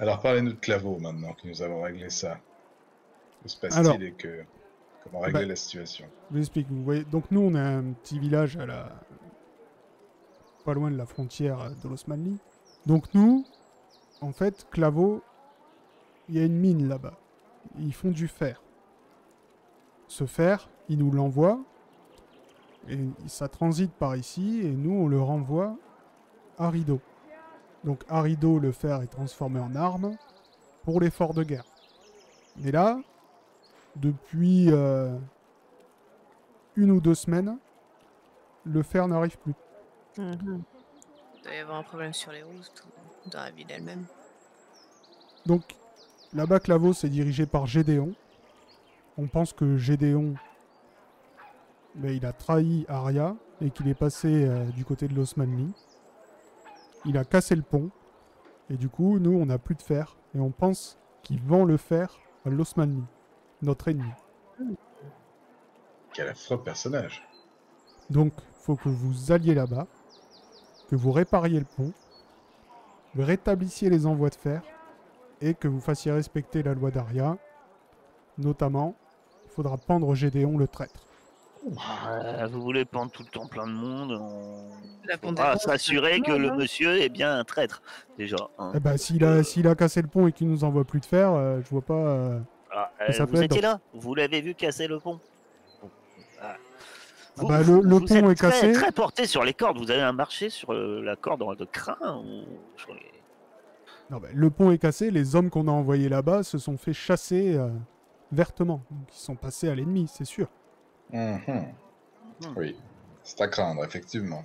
[SPEAKER 1] Alors, parlez-nous de Clavaux, maintenant que nous avons réglé ça. Que se passe-t-il
[SPEAKER 2] Alors.
[SPEAKER 1] et que... Comment régler
[SPEAKER 2] Bah.
[SPEAKER 1] la situation
[SPEAKER 2] Je vous explique. Vous voyez, donc nous, on a un petit village à la... pas loin de la frontière euh, de l'Osmanli. Donc nous, en fait, Claveau, il y a une mine là-bas. Ils font du fer. Ce fer, ils nous l'envoient. Et ça transite par ici. Et nous, on le renvoie à Rideau. Donc à Rideau, le fer est transformé en arme pour l'effort de guerre. Mais là, depuis... euh, une ou deux semaines, le fer n'arrive plus.
[SPEAKER 4] Il doit y avoir un problème sur les routes ou dans la ville elle-même.
[SPEAKER 2] Donc, là-bas, Clavos est dirigé par Gédéon. On pense que Gédéon, ben, il a trahi Arya et qu'il est passé euh, du côté de l'Osmanli. Il a cassé le pont. Et du coup, nous, on n'a plus de fer. Et on pense qu'il vend le fer à l'Osmanli, notre ennemi.
[SPEAKER 1] Quel affreux personnage
[SPEAKER 2] Donc, faut que vous alliez là-bas, que vous répariez le pont, rétablissiez les envois de fer et que vous fassiez respecter la loi d'Aria. Notamment, il faudra pendre Gédéon le traître.
[SPEAKER 3] Euh, vous voulez pendre tout le temps plein de monde, on
[SPEAKER 4] La
[SPEAKER 3] va
[SPEAKER 4] pondérance,
[SPEAKER 3] s'assurer que le monsieur est bien un traître. Déjà. hein.
[SPEAKER 2] Eh ben, s'il a, s'il a cassé le pont et qu'il nous envoie plus de fer, euh, je vois pas. euh,
[SPEAKER 3] Ah,
[SPEAKER 2] ça
[SPEAKER 3] euh,
[SPEAKER 2] ça peut
[SPEAKER 3] vous
[SPEAKER 2] être
[SPEAKER 3] étiez là, vous l'avez vu casser le pont. Bon, ah. Vous-
[SPEAKER 2] bah, le- le
[SPEAKER 3] vous
[SPEAKER 2] pont
[SPEAKER 3] êtes
[SPEAKER 2] est
[SPEAKER 3] très-
[SPEAKER 2] cassé.
[SPEAKER 3] Très porté sur les cordes. Vous avez un marché sur euh, la corde de crin ou sur les-
[SPEAKER 2] Non, ben, le pont est cassé, les hommes qu'on a envoyés là-bas se sont fait chasser euh, vertement. Donc, ils sont passés à l'ennemi, c'est sûr.
[SPEAKER 1] Mhm.
[SPEAKER 3] Mhm.
[SPEAKER 1] Oui, c'est à craindre, effectivement.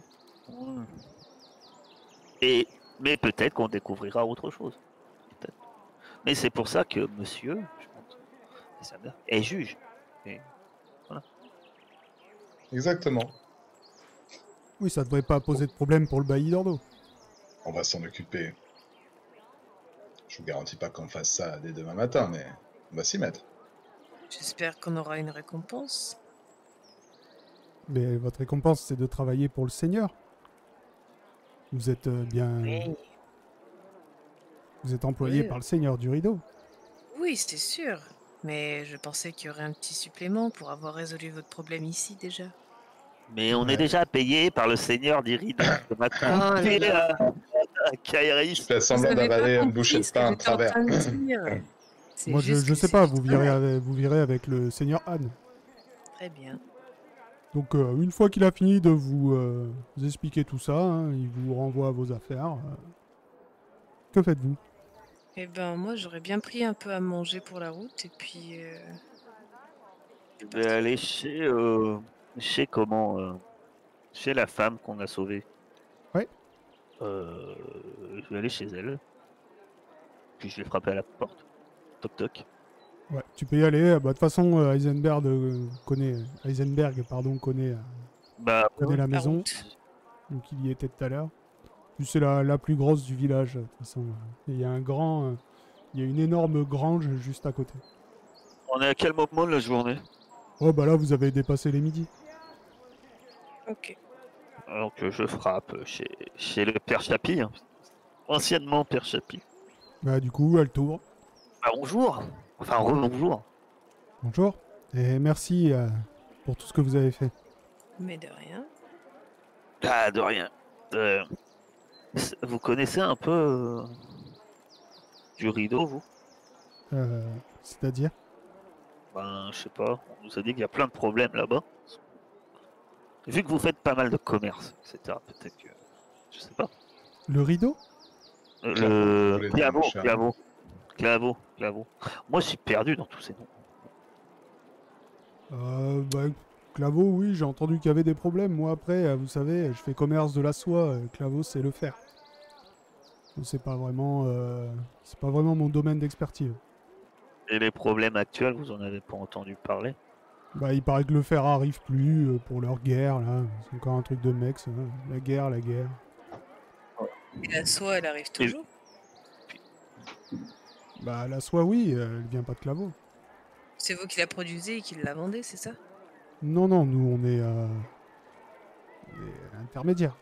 [SPEAKER 3] Et, mais peut-être qu'on découvrira autre chose. Peut-être. Mais c'est pour ça que monsieur, je pense, et sa mère, est juge.
[SPEAKER 1] Exactement.
[SPEAKER 2] Oui, ça devrait pas poser de problème pour le bailli d'Ordo.
[SPEAKER 1] On va s'en occuper. Je vous garantis pas qu'on fasse ça dès demain matin, mais on va s'y mettre.
[SPEAKER 4] J'espère qu'on aura une récompense.
[SPEAKER 2] Mais votre récompense, c'est de travailler pour le Seigneur. Vous êtes euh, bien. Vous êtes employé
[SPEAKER 4] Oui.
[SPEAKER 2] par le Seigneur du Rideau.
[SPEAKER 4] Oui, c'est sûr. Mais je pensais qu'il y aurait un petit supplément pour avoir résolu votre problème ici déjà.
[SPEAKER 3] Mais on
[SPEAKER 1] Ouais.
[SPEAKER 3] est déjà payé par le seigneur d'Iride qui m'a
[SPEAKER 4] là
[SPEAKER 3] coûté
[SPEAKER 4] là.
[SPEAKER 3] un- un Kairis.
[SPEAKER 1] Je fais semblant d'avaler une bouchée de pain à travers.
[SPEAKER 2] Moi, je, je sais pas, vous virez, avec, vous virez avec le seigneur Anne.
[SPEAKER 4] Très bien.
[SPEAKER 2] Donc, euh, une fois qu'il a fini de vous, euh, vous expliquer tout ça, hein, il vous renvoie à vos affaires. euh. Que faites-vous
[SPEAKER 4] Eh ben, moi, j'aurais bien pris un peu à manger pour la route, et puis... euh,
[SPEAKER 3] Je vais aller chez, euh, chez comment euh, Chez la femme qu'on a sauvée.
[SPEAKER 2] Ouais.
[SPEAKER 3] Euh, je vais aller chez elle. Puis je vais frapper à la porte. Toc toc.
[SPEAKER 2] Ouais, tu peux y aller. Bah, De toute façon, euh, Heisenberg euh, connaît, Heisenberg, pardon, connaît, euh,
[SPEAKER 3] Bah,
[SPEAKER 2] connaît la
[SPEAKER 4] la
[SPEAKER 2] maison.
[SPEAKER 4] route.
[SPEAKER 2] Donc il y était tout à l'heure. Puis c'est la, la plus grosse du village, de toute façon. Et Il y a un grand. euh, Il y a une énorme grange juste à côté.
[SPEAKER 3] on est à quel moment de la journée
[SPEAKER 2] Oh bah là vous avez dépassé les midis.
[SPEAKER 4] Ok.
[SPEAKER 3] Donc euh, je frappe chez, chez le père Chapi. hein. Anciennement père Chapi.
[SPEAKER 2] Bah du coup elle tourne.
[SPEAKER 3] Bah, bonjour Enfin, re-bonjour.
[SPEAKER 2] Bonjour. Et merci euh, pour tout ce que vous avez fait.
[SPEAKER 4] Mais de rien.
[SPEAKER 3] Ah, de rien. Euh, c- vous connaissez un peu euh, du rideau, vous
[SPEAKER 2] Euh, C'est-à-dire
[SPEAKER 3] Ben, je sais pas. On nous a dit qu'il y a plein de problèmes là-bas. Vu que vous faites pas mal de commerce, etc., peut-être que. Je sais pas.
[SPEAKER 2] le rideau
[SPEAKER 3] Euh,
[SPEAKER 1] Clairement, vous voulez
[SPEAKER 3] Le.
[SPEAKER 1] dire,
[SPEAKER 3] Claveau,
[SPEAKER 1] mon cher.
[SPEAKER 3] Claveau. Claveau, Claveau. Moi, je suis perdu dans tous ces noms.
[SPEAKER 2] euh, bah, Claveau, oui, j'ai entendu qu'il y avait des problèmes. Moi après, euh, vous savez, je fais commerce de la soie. euh, Claveau, c'est le fer. Donc, C'est pas vraiment, euh, c'est pas vraiment mon domaine d'expertise.
[SPEAKER 3] Et les problèmes actuels, vous en avez pas entendu parler
[SPEAKER 2] Bah, il paraît que le fer arrive plus euh, pour leur guerre, là. C'est encore un truc de mec, ça. La guerre, la guerre.
[SPEAKER 4] Et la soie, elle arrive toujours.
[SPEAKER 2] Bah, la soie, oui, euh, elle vient pas de Claveau.
[SPEAKER 4] C'est vous qui la produisez et qui la vendez, c'est ça
[SPEAKER 2] Non, non, nous, on est. euh, on est intermédiaire.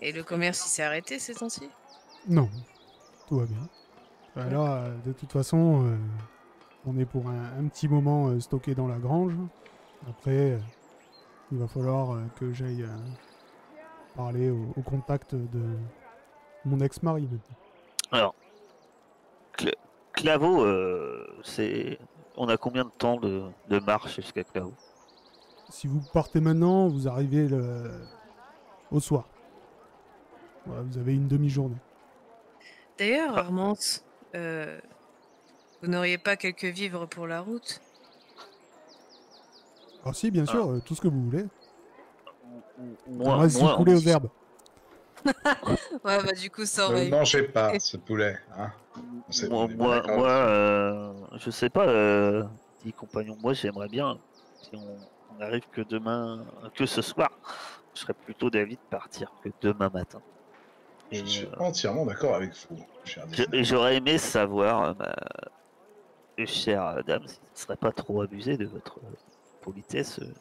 [SPEAKER 4] Et le commerce, il s'est arrêté ces temps-ci
[SPEAKER 2] Non, tout va bien. Bah, là, euh, de toute façon, euh, on est pour un, un petit moment euh, stocké dans la grange. Après, euh, il va falloir euh, que j'aille euh, parler au, au contact de mon ex-mari maintenant.
[SPEAKER 3] Claveau, euh, c'est. On a combien de temps de, de marche jusqu'à Claveau
[SPEAKER 2] Si vous partez maintenant, vous arrivez le... au soir. Voilà, vous avez une demi-journée.
[SPEAKER 4] D'ailleurs,
[SPEAKER 3] Ah.
[SPEAKER 4] Armance, euh, vous n'auriez pas quelques vivres pour la route
[SPEAKER 2] Ah si, bien sûr, euh, tout ce que vous voulez.
[SPEAKER 3] Moi,
[SPEAKER 2] Moi, si vous coulez aux herbes.
[SPEAKER 4] Ouais, bah du coup, ça aurait
[SPEAKER 1] Ne
[SPEAKER 4] eu-
[SPEAKER 1] mangez pas ce poulet. Hein C'est-
[SPEAKER 3] moi,
[SPEAKER 1] on est bien
[SPEAKER 3] moi,
[SPEAKER 1] d'accord
[SPEAKER 3] moi,
[SPEAKER 1] là-dessus.
[SPEAKER 3] euh, je sais pas, euh, dit compagnon, moi j'aimerais bien, si on, on arrive que demain, que ce soir, je serais plutôt d'avis de partir que demain matin. Et,
[SPEAKER 1] Je suis
[SPEAKER 3] euh,
[SPEAKER 1] entièrement d'accord avec vous, cher
[SPEAKER 3] je-
[SPEAKER 1] Disney.
[SPEAKER 3] et j'aurais aimé savoir, euh, ma chère dame, si ce ne serait pas trop abusé de votre euh, politesse, euh,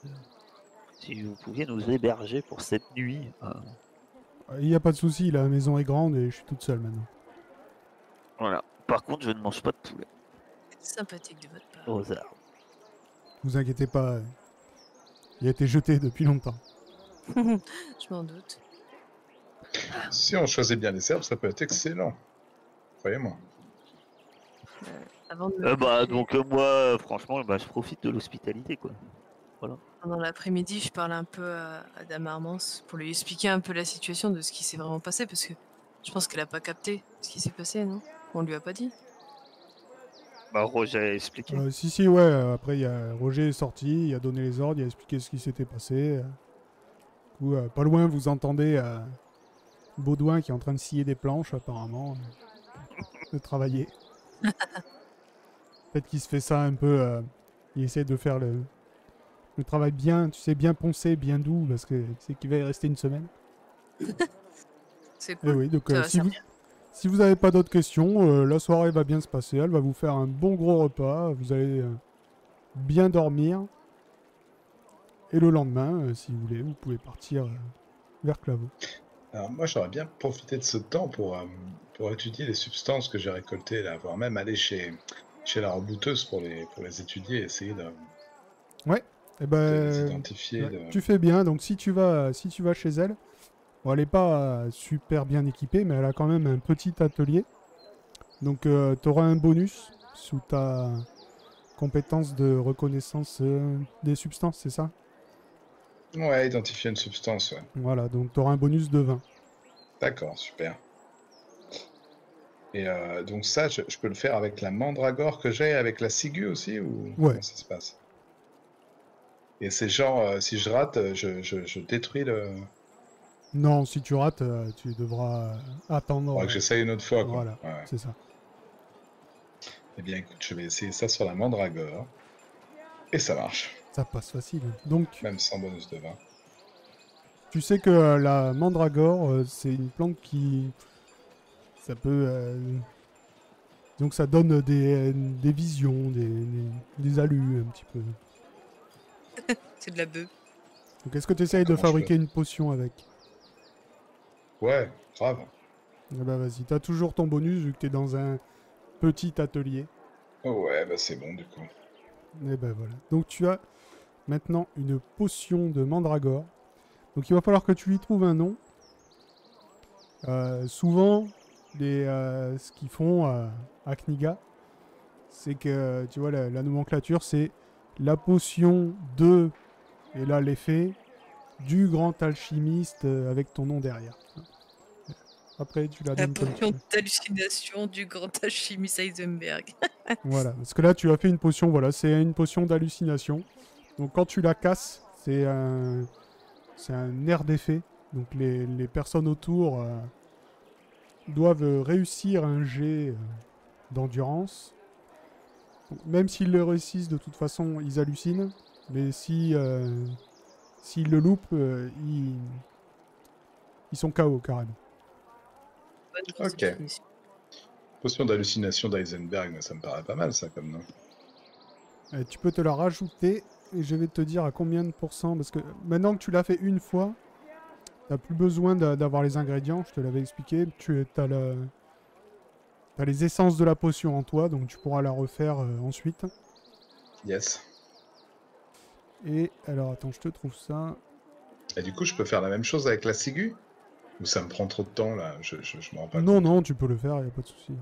[SPEAKER 3] si vous pouviez nous héberger pour cette nuit. euh,
[SPEAKER 2] Il n'y a pas de souci, la maison est grande et je suis toute seule maintenant.
[SPEAKER 3] voilà. Par contre, je ne mange pas de poulet
[SPEAKER 4] sympathique de votre part.
[SPEAKER 3] aux arbres.
[SPEAKER 2] Vous inquiétez pas, euh, il a été jeté depuis longtemps.
[SPEAKER 4] Je m'en doute.
[SPEAKER 1] Si on choisit bien les herbes, ça peut être excellent. Croyez-moi.
[SPEAKER 4] Avant de me
[SPEAKER 3] Euh, bah,
[SPEAKER 4] coucher,
[SPEAKER 3] donc euh, moi, euh, franchement, bah, je profite de l'hospitalité, quoi.
[SPEAKER 4] Pendant l'après-midi, je parle un peu à, à Dame Armance pour lui expliquer un peu la situation de ce qui s'est vraiment passé parce que je pense qu'elle a pas capté ce qui s'est passé, non On lui a pas dit.
[SPEAKER 3] Bah, Roger a expliqué.
[SPEAKER 2] Euh, si, si, ouais, euh, après, il y a... Roger est sorti, il a donné les ordres, il a expliqué ce qui s'était passé. euh. Du coup, euh, pas loin, vous entendez euh, Baudouin qui est en train de scier des planches, apparemment, euh, de travailler. Peut-être qu'il se fait ça un peu. euh, il essaie de faire le, le travail bien, tu sais, bien poncé, bien doux, parce que c'est qu'il va y rester une semaine.
[SPEAKER 4] C'est
[SPEAKER 2] Eh
[SPEAKER 4] cool.
[SPEAKER 2] oui, donc
[SPEAKER 4] Ça
[SPEAKER 2] euh,
[SPEAKER 4] va
[SPEAKER 2] si, vous, si vous n'avez pas d'autres questions, euh, la soirée va bien se passer. Elle va vous faire un bon gros repas. Vous allez euh, bien dormir. Et le lendemain, euh, si vous voulez, vous pouvez partir euh, vers Claveau.
[SPEAKER 1] Alors moi, j'aurais bien profité de ce temps pour, euh, pour étudier les substances que j'ai récoltées, là, voire même aller chez, chez la rebouteuse pour les, pour les étudier, essayer de...
[SPEAKER 2] Eh
[SPEAKER 1] de les
[SPEAKER 2] ben,
[SPEAKER 1] identifier.
[SPEAKER 2] ouais,
[SPEAKER 1] de-
[SPEAKER 2] tu fais bien. Donc si tu vas, si tu vas chez elle, bon, elle n'est pas euh, super bien équipée, mais elle a quand même un petit atelier. Donc tu auras un bonus sous ta compétence de reconnaissance euh, des substances, c'est ça
[SPEAKER 1] Ouais, identifier une substance, ouais.
[SPEAKER 2] Voilà, donc tu auras un bonus de 20.
[SPEAKER 1] D'accord, super. Et euh, donc ça, je, je peux le faire avec la mandragore que j'ai, avec la ciguë aussi, ou
[SPEAKER 2] Ouais.
[SPEAKER 1] comment ça se passe? Et c'est genre, euh, si je rate, euh, je, je- je détruis le...
[SPEAKER 2] Non, si tu rates, euh, tu devras euh, attendre.
[SPEAKER 1] Faudra que j'essaye une autre fois, quoi.
[SPEAKER 2] Voilà.
[SPEAKER 1] Ouais.
[SPEAKER 2] C'est ça.
[SPEAKER 1] Eh bien, écoute, je vais essayer ça sur la mandragore. Et ça marche,
[SPEAKER 2] Ça passe facile. Donc
[SPEAKER 1] même sans bonus de 20.
[SPEAKER 2] Tu sais que euh, la mandragore, euh, c'est une plante qui. Ça peut. euh, Donc ça donne des, des visions, des, des, des alus un petit peu.
[SPEAKER 5] C'est de la bœuf.
[SPEAKER 2] Donc est-ce que tu essayes de
[SPEAKER 1] Comment je
[SPEAKER 2] fabriquer une potion avec
[SPEAKER 1] Ouais, grave.
[SPEAKER 2] Eh ben vas-y, t'as toujours ton bonus vu que t'es dans un petit atelier.
[SPEAKER 1] Ouais, bah c'est bon, du coup.
[SPEAKER 2] Et ben voilà. Donc tu as maintenant une potion de mandragore. Donc il va falloir que tu lui trouves un nom. Euh, souvent, les, euh, ce qu'ils font euh, à Kniga, c'est que, tu vois, la, la nomenclature, c'est la potion de, et là l'effet, du grand alchimiste euh, avec ton nom derrière. Après, tu la
[SPEAKER 5] La
[SPEAKER 2] donnes comme tu
[SPEAKER 5] potion
[SPEAKER 2] veux.
[SPEAKER 5] d'hallucination du grand (laughs) alchimiste Heisenberg.
[SPEAKER 2] Voilà, parce que là tu as fait une potion, voilà, c'est une potion d'hallucination. Donc quand tu la casses, c'est un, c'est un air d'effet. Donc les, les personnes autour euh, doivent euh, réussir un jet euh, d'endurance. Donc, Même s'ils le réussissent, de toute façon, ils hallucinent. Mais si euh, s'ils le loupent, euh, ils, ils sont KO carrément.
[SPEAKER 5] Bonne
[SPEAKER 1] Ok. Potion d'hallucination d'Eisenberg, mais ça me paraît pas mal, ça, comme nom.
[SPEAKER 2] Euh, tu peux te la rajouter et je vais te dire à combien de pourcents. Parce que maintenant que tu l'as fait une fois, t'as plus besoin d'a- d'avoir les ingrédients, je te l'avais expliqué. Tu as, les essences de la potion en toi, donc tu pourras la refaire euh, ensuite.
[SPEAKER 1] Yes.
[SPEAKER 2] Et alors attends, je te trouve ça.
[SPEAKER 1] Et Bah, du coup, je peux faire la même chose avec la ciguë? Ou ça me prend trop de temps, là? Je, je, je me rends pas
[SPEAKER 2] non,
[SPEAKER 1] compte.
[SPEAKER 2] non, tu peux le faire, y a pas de souci.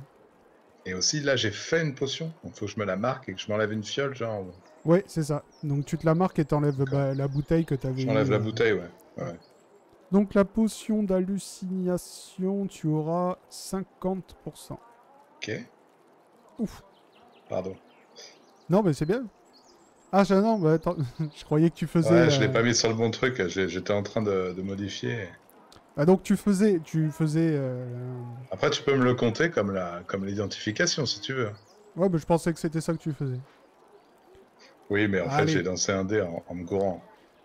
[SPEAKER 1] Et aussi, là, j'ai fait une potion. Donc, faut que je me la marque et que je m'enlève une fiole, genre.
[SPEAKER 2] Ouais, c'est ça. Donc tu te la marques et t'enlèves bah, la bouteille que t'avais.
[SPEAKER 1] J'enlève
[SPEAKER 2] eu,
[SPEAKER 1] la
[SPEAKER 2] euh.
[SPEAKER 1] bouteille, ouais.
[SPEAKER 2] Donc la potion d'hallucination, tu auras 50%.
[SPEAKER 1] Ok.
[SPEAKER 2] Ouf.
[SPEAKER 1] Pardon.
[SPEAKER 2] Non, mais c'est bien. Ah, je, non, bah, attends, (laughs) je croyais que tu faisais.
[SPEAKER 1] Ouais, je l'ai
[SPEAKER 2] euh,
[SPEAKER 1] pas mis sur le bon truc. je l'ai- J'étais en train de, de modifier.
[SPEAKER 2] Ah, donc tu faisais, tu faisais. euh,
[SPEAKER 1] Après, tu peux me le compter comme la, comme l'identification, si tu veux.
[SPEAKER 2] Ouais, mais je pensais que c'était ça que tu faisais.
[SPEAKER 1] Oui, mais en
[SPEAKER 2] Allez.
[SPEAKER 1] fait, j'ai lancé un dé en, en me gourant.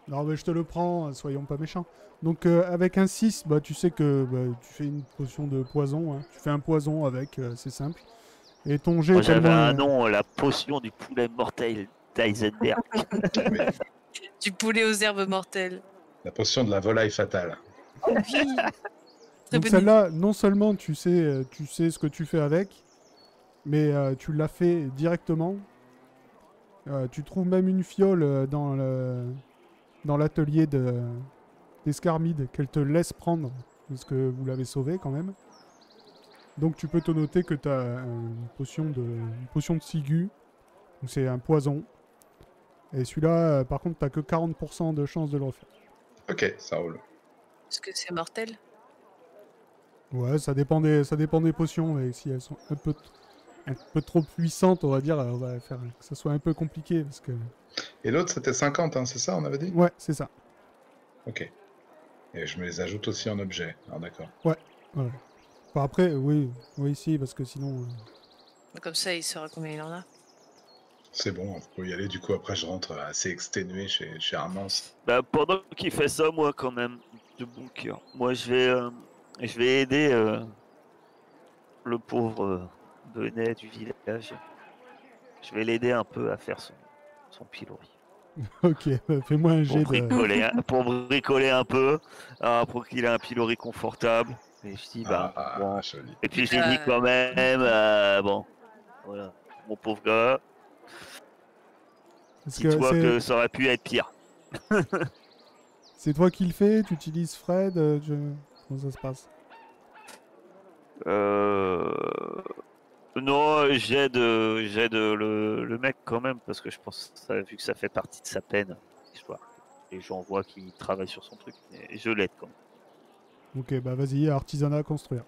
[SPEAKER 2] Non, mais je te le prends, euh, soyons pas méchants. Donc euh, avec un 6, bah, tu sais que bah, tu fais une potion de poison. hein. Tu fais un poison avec, euh, c'est simple. Et ton jet
[SPEAKER 3] Moi,
[SPEAKER 2] est
[SPEAKER 3] j'avais
[SPEAKER 2] tellement,
[SPEAKER 3] un
[SPEAKER 2] euh,
[SPEAKER 3] nom, la potion du poulet mortel d'Eisenberg.
[SPEAKER 1] Mais
[SPEAKER 5] Du poulet aux herbes mortelles.
[SPEAKER 1] la potion de la volaille fatale.
[SPEAKER 5] Très
[SPEAKER 2] Donc
[SPEAKER 5] bonne
[SPEAKER 2] celle-là, non seulement tu sais, euh, tu sais ce que tu fais avec, mais euh, tu l'as fait directement. Euh, tu trouves même une fiole euh, dans le dans l'atelier de d'Escarmide qu'elle te laisse prendre parce que vous l'avez sauvée quand même. Donc tu peux te noter que tu as une potion de une potion de ciguë, donc c'est un poison. Et celui-là, euh, par contre, t'as que 40% de chance de le refaire.
[SPEAKER 1] Ok, ça roule.
[SPEAKER 5] Parce que c'est mortel.
[SPEAKER 2] Ouais, ça dépend des, ça dépend des potions, mais si elles sont un peu, t- un peu trop puissantes, on va dire, on va faire que ça soit un peu compliqué, parce que...
[SPEAKER 1] Et l'autre, c'était 50, hein, c'est ça, on avait dit?
[SPEAKER 2] Ouais, c'est ça.
[SPEAKER 1] Ok. Et je me les ajoute aussi en objet. Alors, d'accord.
[SPEAKER 2] Enfin, après, oui, oui, si, parce que sinon... (laughs) euh,
[SPEAKER 5] Comme ça, il saura combien il en a.
[SPEAKER 1] C'est bon, vous pouvez y aller. Du coup, après, je rentre assez exténué chez, chez Armance.
[SPEAKER 3] Bah, pendant qu'il fait ça, moi, quand même, de bon cœur, moi, je vais, euh, je vais aider euh, le pauvre euh, Benet du village. Je vais l'aider un peu à faire son, son pilori.
[SPEAKER 2] Ok, bah, fais-moi un
[SPEAKER 3] Pour
[SPEAKER 2] jet de...
[SPEAKER 3] bricoler, un- pour bricoler un peu, euh, pour qu'il ait un pilori confortable. Et je dis, bah,
[SPEAKER 1] Ah,
[SPEAKER 3] bon,
[SPEAKER 1] ah, joli.
[SPEAKER 3] Et puis je lui
[SPEAKER 5] Euh,
[SPEAKER 3] dis quand même, euh, bon, voilà, mon pauvre gars,
[SPEAKER 2] Parce que
[SPEAKER 3] Dis-toi
[SPEAKER 2] c'est-
[SPEAKER 3] que ça aurait pu être pire.
[SPEAKER 2] c'est toi qui le fais, tu utilises Fred, euh, je- comment ça se passe
[SPEAKER 3] Euh... Non, j'aide, euh, j'aide le, le mec quand même, parce que je pense, que ça, vu que ça fait partie de sa peine, l'histoire. Et j'en vois qui travaille sur son truc, mais je l'aide quand même.
[SPEAKER 2] Ok, bah vas-y, artisanat à construire.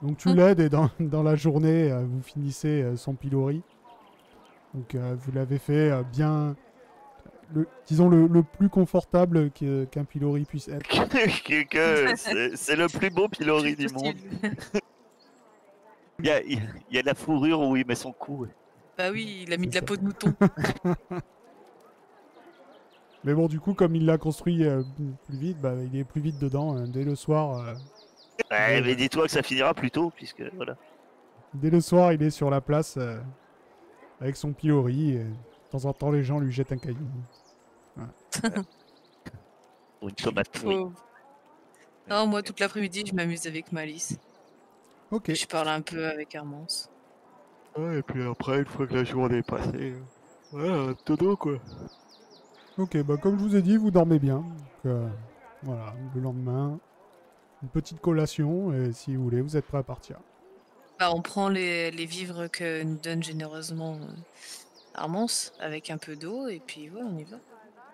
[SPEAKER 2] Donc tu l'aides et dans, (laughs) dans la journée, euh, vous finissez euh, son pilori. Donc euh, vous l'avez fait euh, bien, le, disons le, le plus confortable que- qu'un pilori puisse être.
[SPEAKER 3] (laughs) Que- que- c'est, c'est le plus beau pilori du monde. Il y a, il y a la fourrure où il met son cou.
[SPEAKER 4] Bah oui, il a
[SPEAKER 2] C'est
[SPEAKER 4] mis de la
[SPEAKER 2] ça.
[SPEAKER 4] peau de mouton.
[SPEAKER 2] Mais bon, du coup, comme il l'a construit euh, plus vite, bah, il est plus vite dedans. hein. Dès le soir, euh,
[SPEAKER 3] Ouais,
[SPEAKER 2] Ouais.
[SPEAKER 3] mais dis-toi que ça finira plus tôt, puisque voilà.
[SPEAKER 2] dès le soir, il est sur la place euh, avec son pilori. et de temps en temps, les gens lui jettent un caillou.
[SPEAKER 3] Ou une tomate pourrie.
[SPEAKER 4] Pauvre. Non, moi, toute l'après-midi, je m'amuse avec Malice.
[SPEAKER 2] Ok.
[SPEAKER 4] Je parle un peu avec Hermance.
[SPEAKER 6] Ouais, et puis après, une fois que la journée est passée, euh, voilà, dodo quoi.
[SPEAKER 2] Ok, bah comme je vous ai dit, vous dormez bien. Donc, euh, voilà, le lendemain, une petite collation, et si vous voulez, vous êtes prêt à partir.
[SPEAKER 4] Bah, on prend les, les vivres que nous donne généreusement euh, Hermance avec un peu d'eau et puis ouais, on y va.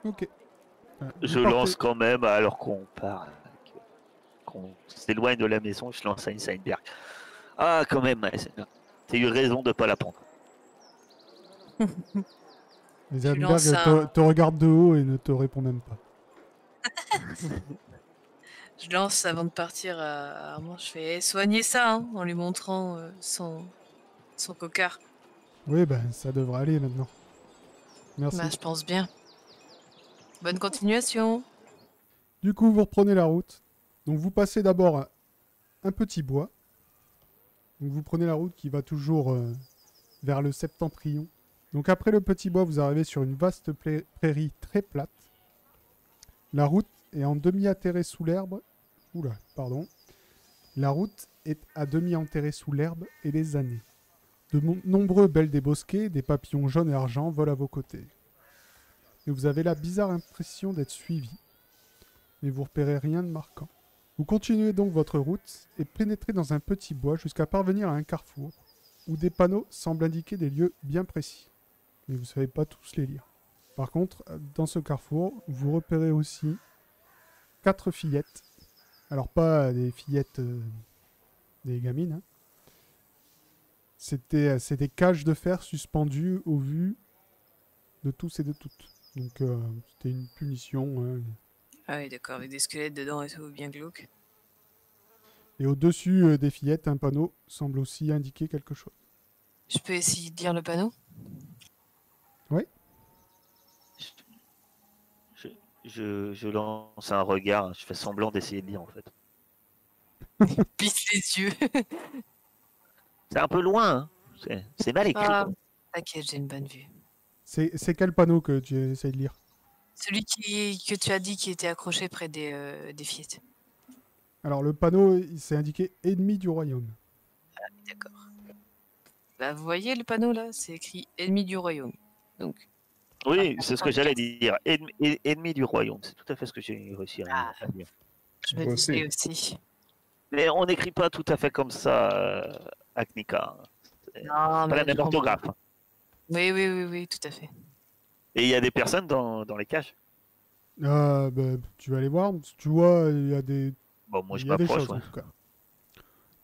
[SPEAKER 2] Ok. Euh, vous
[SPEAKER 3] Je
[SPEAKER 2] partez.
[SPEAKER 3] lance quand même, alors qu'on part, euh, que- qu'on s'éloigne de la maison, je lance à une Seinberg. Ah, quand même, ouais, c'est bien. T'as eu raison de pas la prendre.
[SPEAKER 2] Les
[SPEAKER 4] tu
[SPEAKER 2] Heisenberg
[SPEAKER 4] lances
[SPEAKER 2] te,
[SPEAKER 4] un-
[SPEAKER 2] te regarde de haut et ne te répond même pas.
[SPEAKER 4] Je lance avant de partir à à Armand, je fais Eh, soignez ça hein, en lui montrant euh, son, son cocard.
[SPEAKER 2] Oui, ben ça devrait aller maintenant. Merci.
[SPEAKER 4] Bah, je pense bien. Bonne continuation.
[SPEAKER 2] Du coup, vous reprenez la route. Donc, vous passez d'abord un- un petit bois. Donc, vous prenez la route qui va toujours euh, vers le septentrion. Donc, après le petit bois, vous arrivez sur une vaste pla- prairie très plate. La route est en demi atterrée sous l'herbe. Oula, pardon. La route est à demi enterrée sous l'herbe et les années. De mon- nombreux belles des bosquets, des papillons jaunes et argent volent à vos côtés. Et vous avez la bizarre impression d'être suivi mais vous repérez rien de marquant. Vous continuez donc votre route et pénétrez dans un petit bois jusqu'à parvenir à un carrefour où des panneaux semblent indiquer des lieux bien précis. Mais vous ne savez pas tous les lire. Par contre, euh, dans ce carrefour, vous repérez aussi quatre fillettes. Alors pas euh, des fillettes euh, des gamines. hein. C'était euh, c'est des cages de fer suspendues au vu de tous et de toutes. Donc euh, c'était une punition. hein.
[SPEAKER 4] Ah oui, d'accord, avec des squelettes dedans et tout, bien glauque.
[SPEAKER 2] Et au-dessus euh, des fillettes, un panneau semble aussi indiquer quelque chose.
[SPEAKER 4] Je peux essayer de lire le panneau
[SPEAKER 3] Je, je, je lance un regard, je fais semblant d'essayer de lire en fait.
[SPEAKER 4] Pisse les yeux.
[SPEAKER 3] C'est un peu loin, hein. c'est, c'est mal écrit.
[SPEAKER 4] Ah,
[SPEAKER 3] quoi.
[SPEAKER 4] T'inquiète, j'ai une bonne vue.
[SPEAKER 2] C'est c'est quel panneau que tu essayes de lire
[SPEAKER 4] Celui qui, que tu as dit qui était accroché près des, euh, des fillettes.
[SPEAKER 2] Alors le panneau, il s'est indiqué ennemi du royaume.
[SPEAKER 4] D'accord. Bah, vous voyez le panneau là C'est écrit Ennemi du royaume. Donc,
[SPEAKER 3] Oui, c'est ce que j'allais dire. Ennemi, ennemi du royaume, c'est tout à fait ce que j'ai réussi à,
[SPEAKER 2] Ah.
[SPEAKER 3] à dire.
[SPEAKER 4] je me
[SPEAKER 1] Moi
[SPEAKER 4] disais aussi.
[SPEAKER 3] Mais on n'écrit pas tout à fait comme ça, euh, Aknika. hein.
[SPEAKER 4] Non,
[SPEAKER 3] Pas la
[SPEAKER 4] mais
[SPEAKER 3] même
[SPEAKER 4] je comprends.
[SPEAKER 3] orthographe. hein.
[SPEAKER 4] Oui, oui, oui, oui, tout à fait. (laughs)
[SPEAKER 3] Et il y a des personnes dans, dans les cages.
[SPEAKER 2] Euh, bah, tu vas aller voir, tu vois, il y a des,
[SPEAKER 3] Bon, moi je
[SPEAKER 2] il y a des
[SPEAKER 3] m'approche.
[SPEAKER 2] choses
[SPEAKER 3] Ouais.
[SPEAKER 2] en tout cas.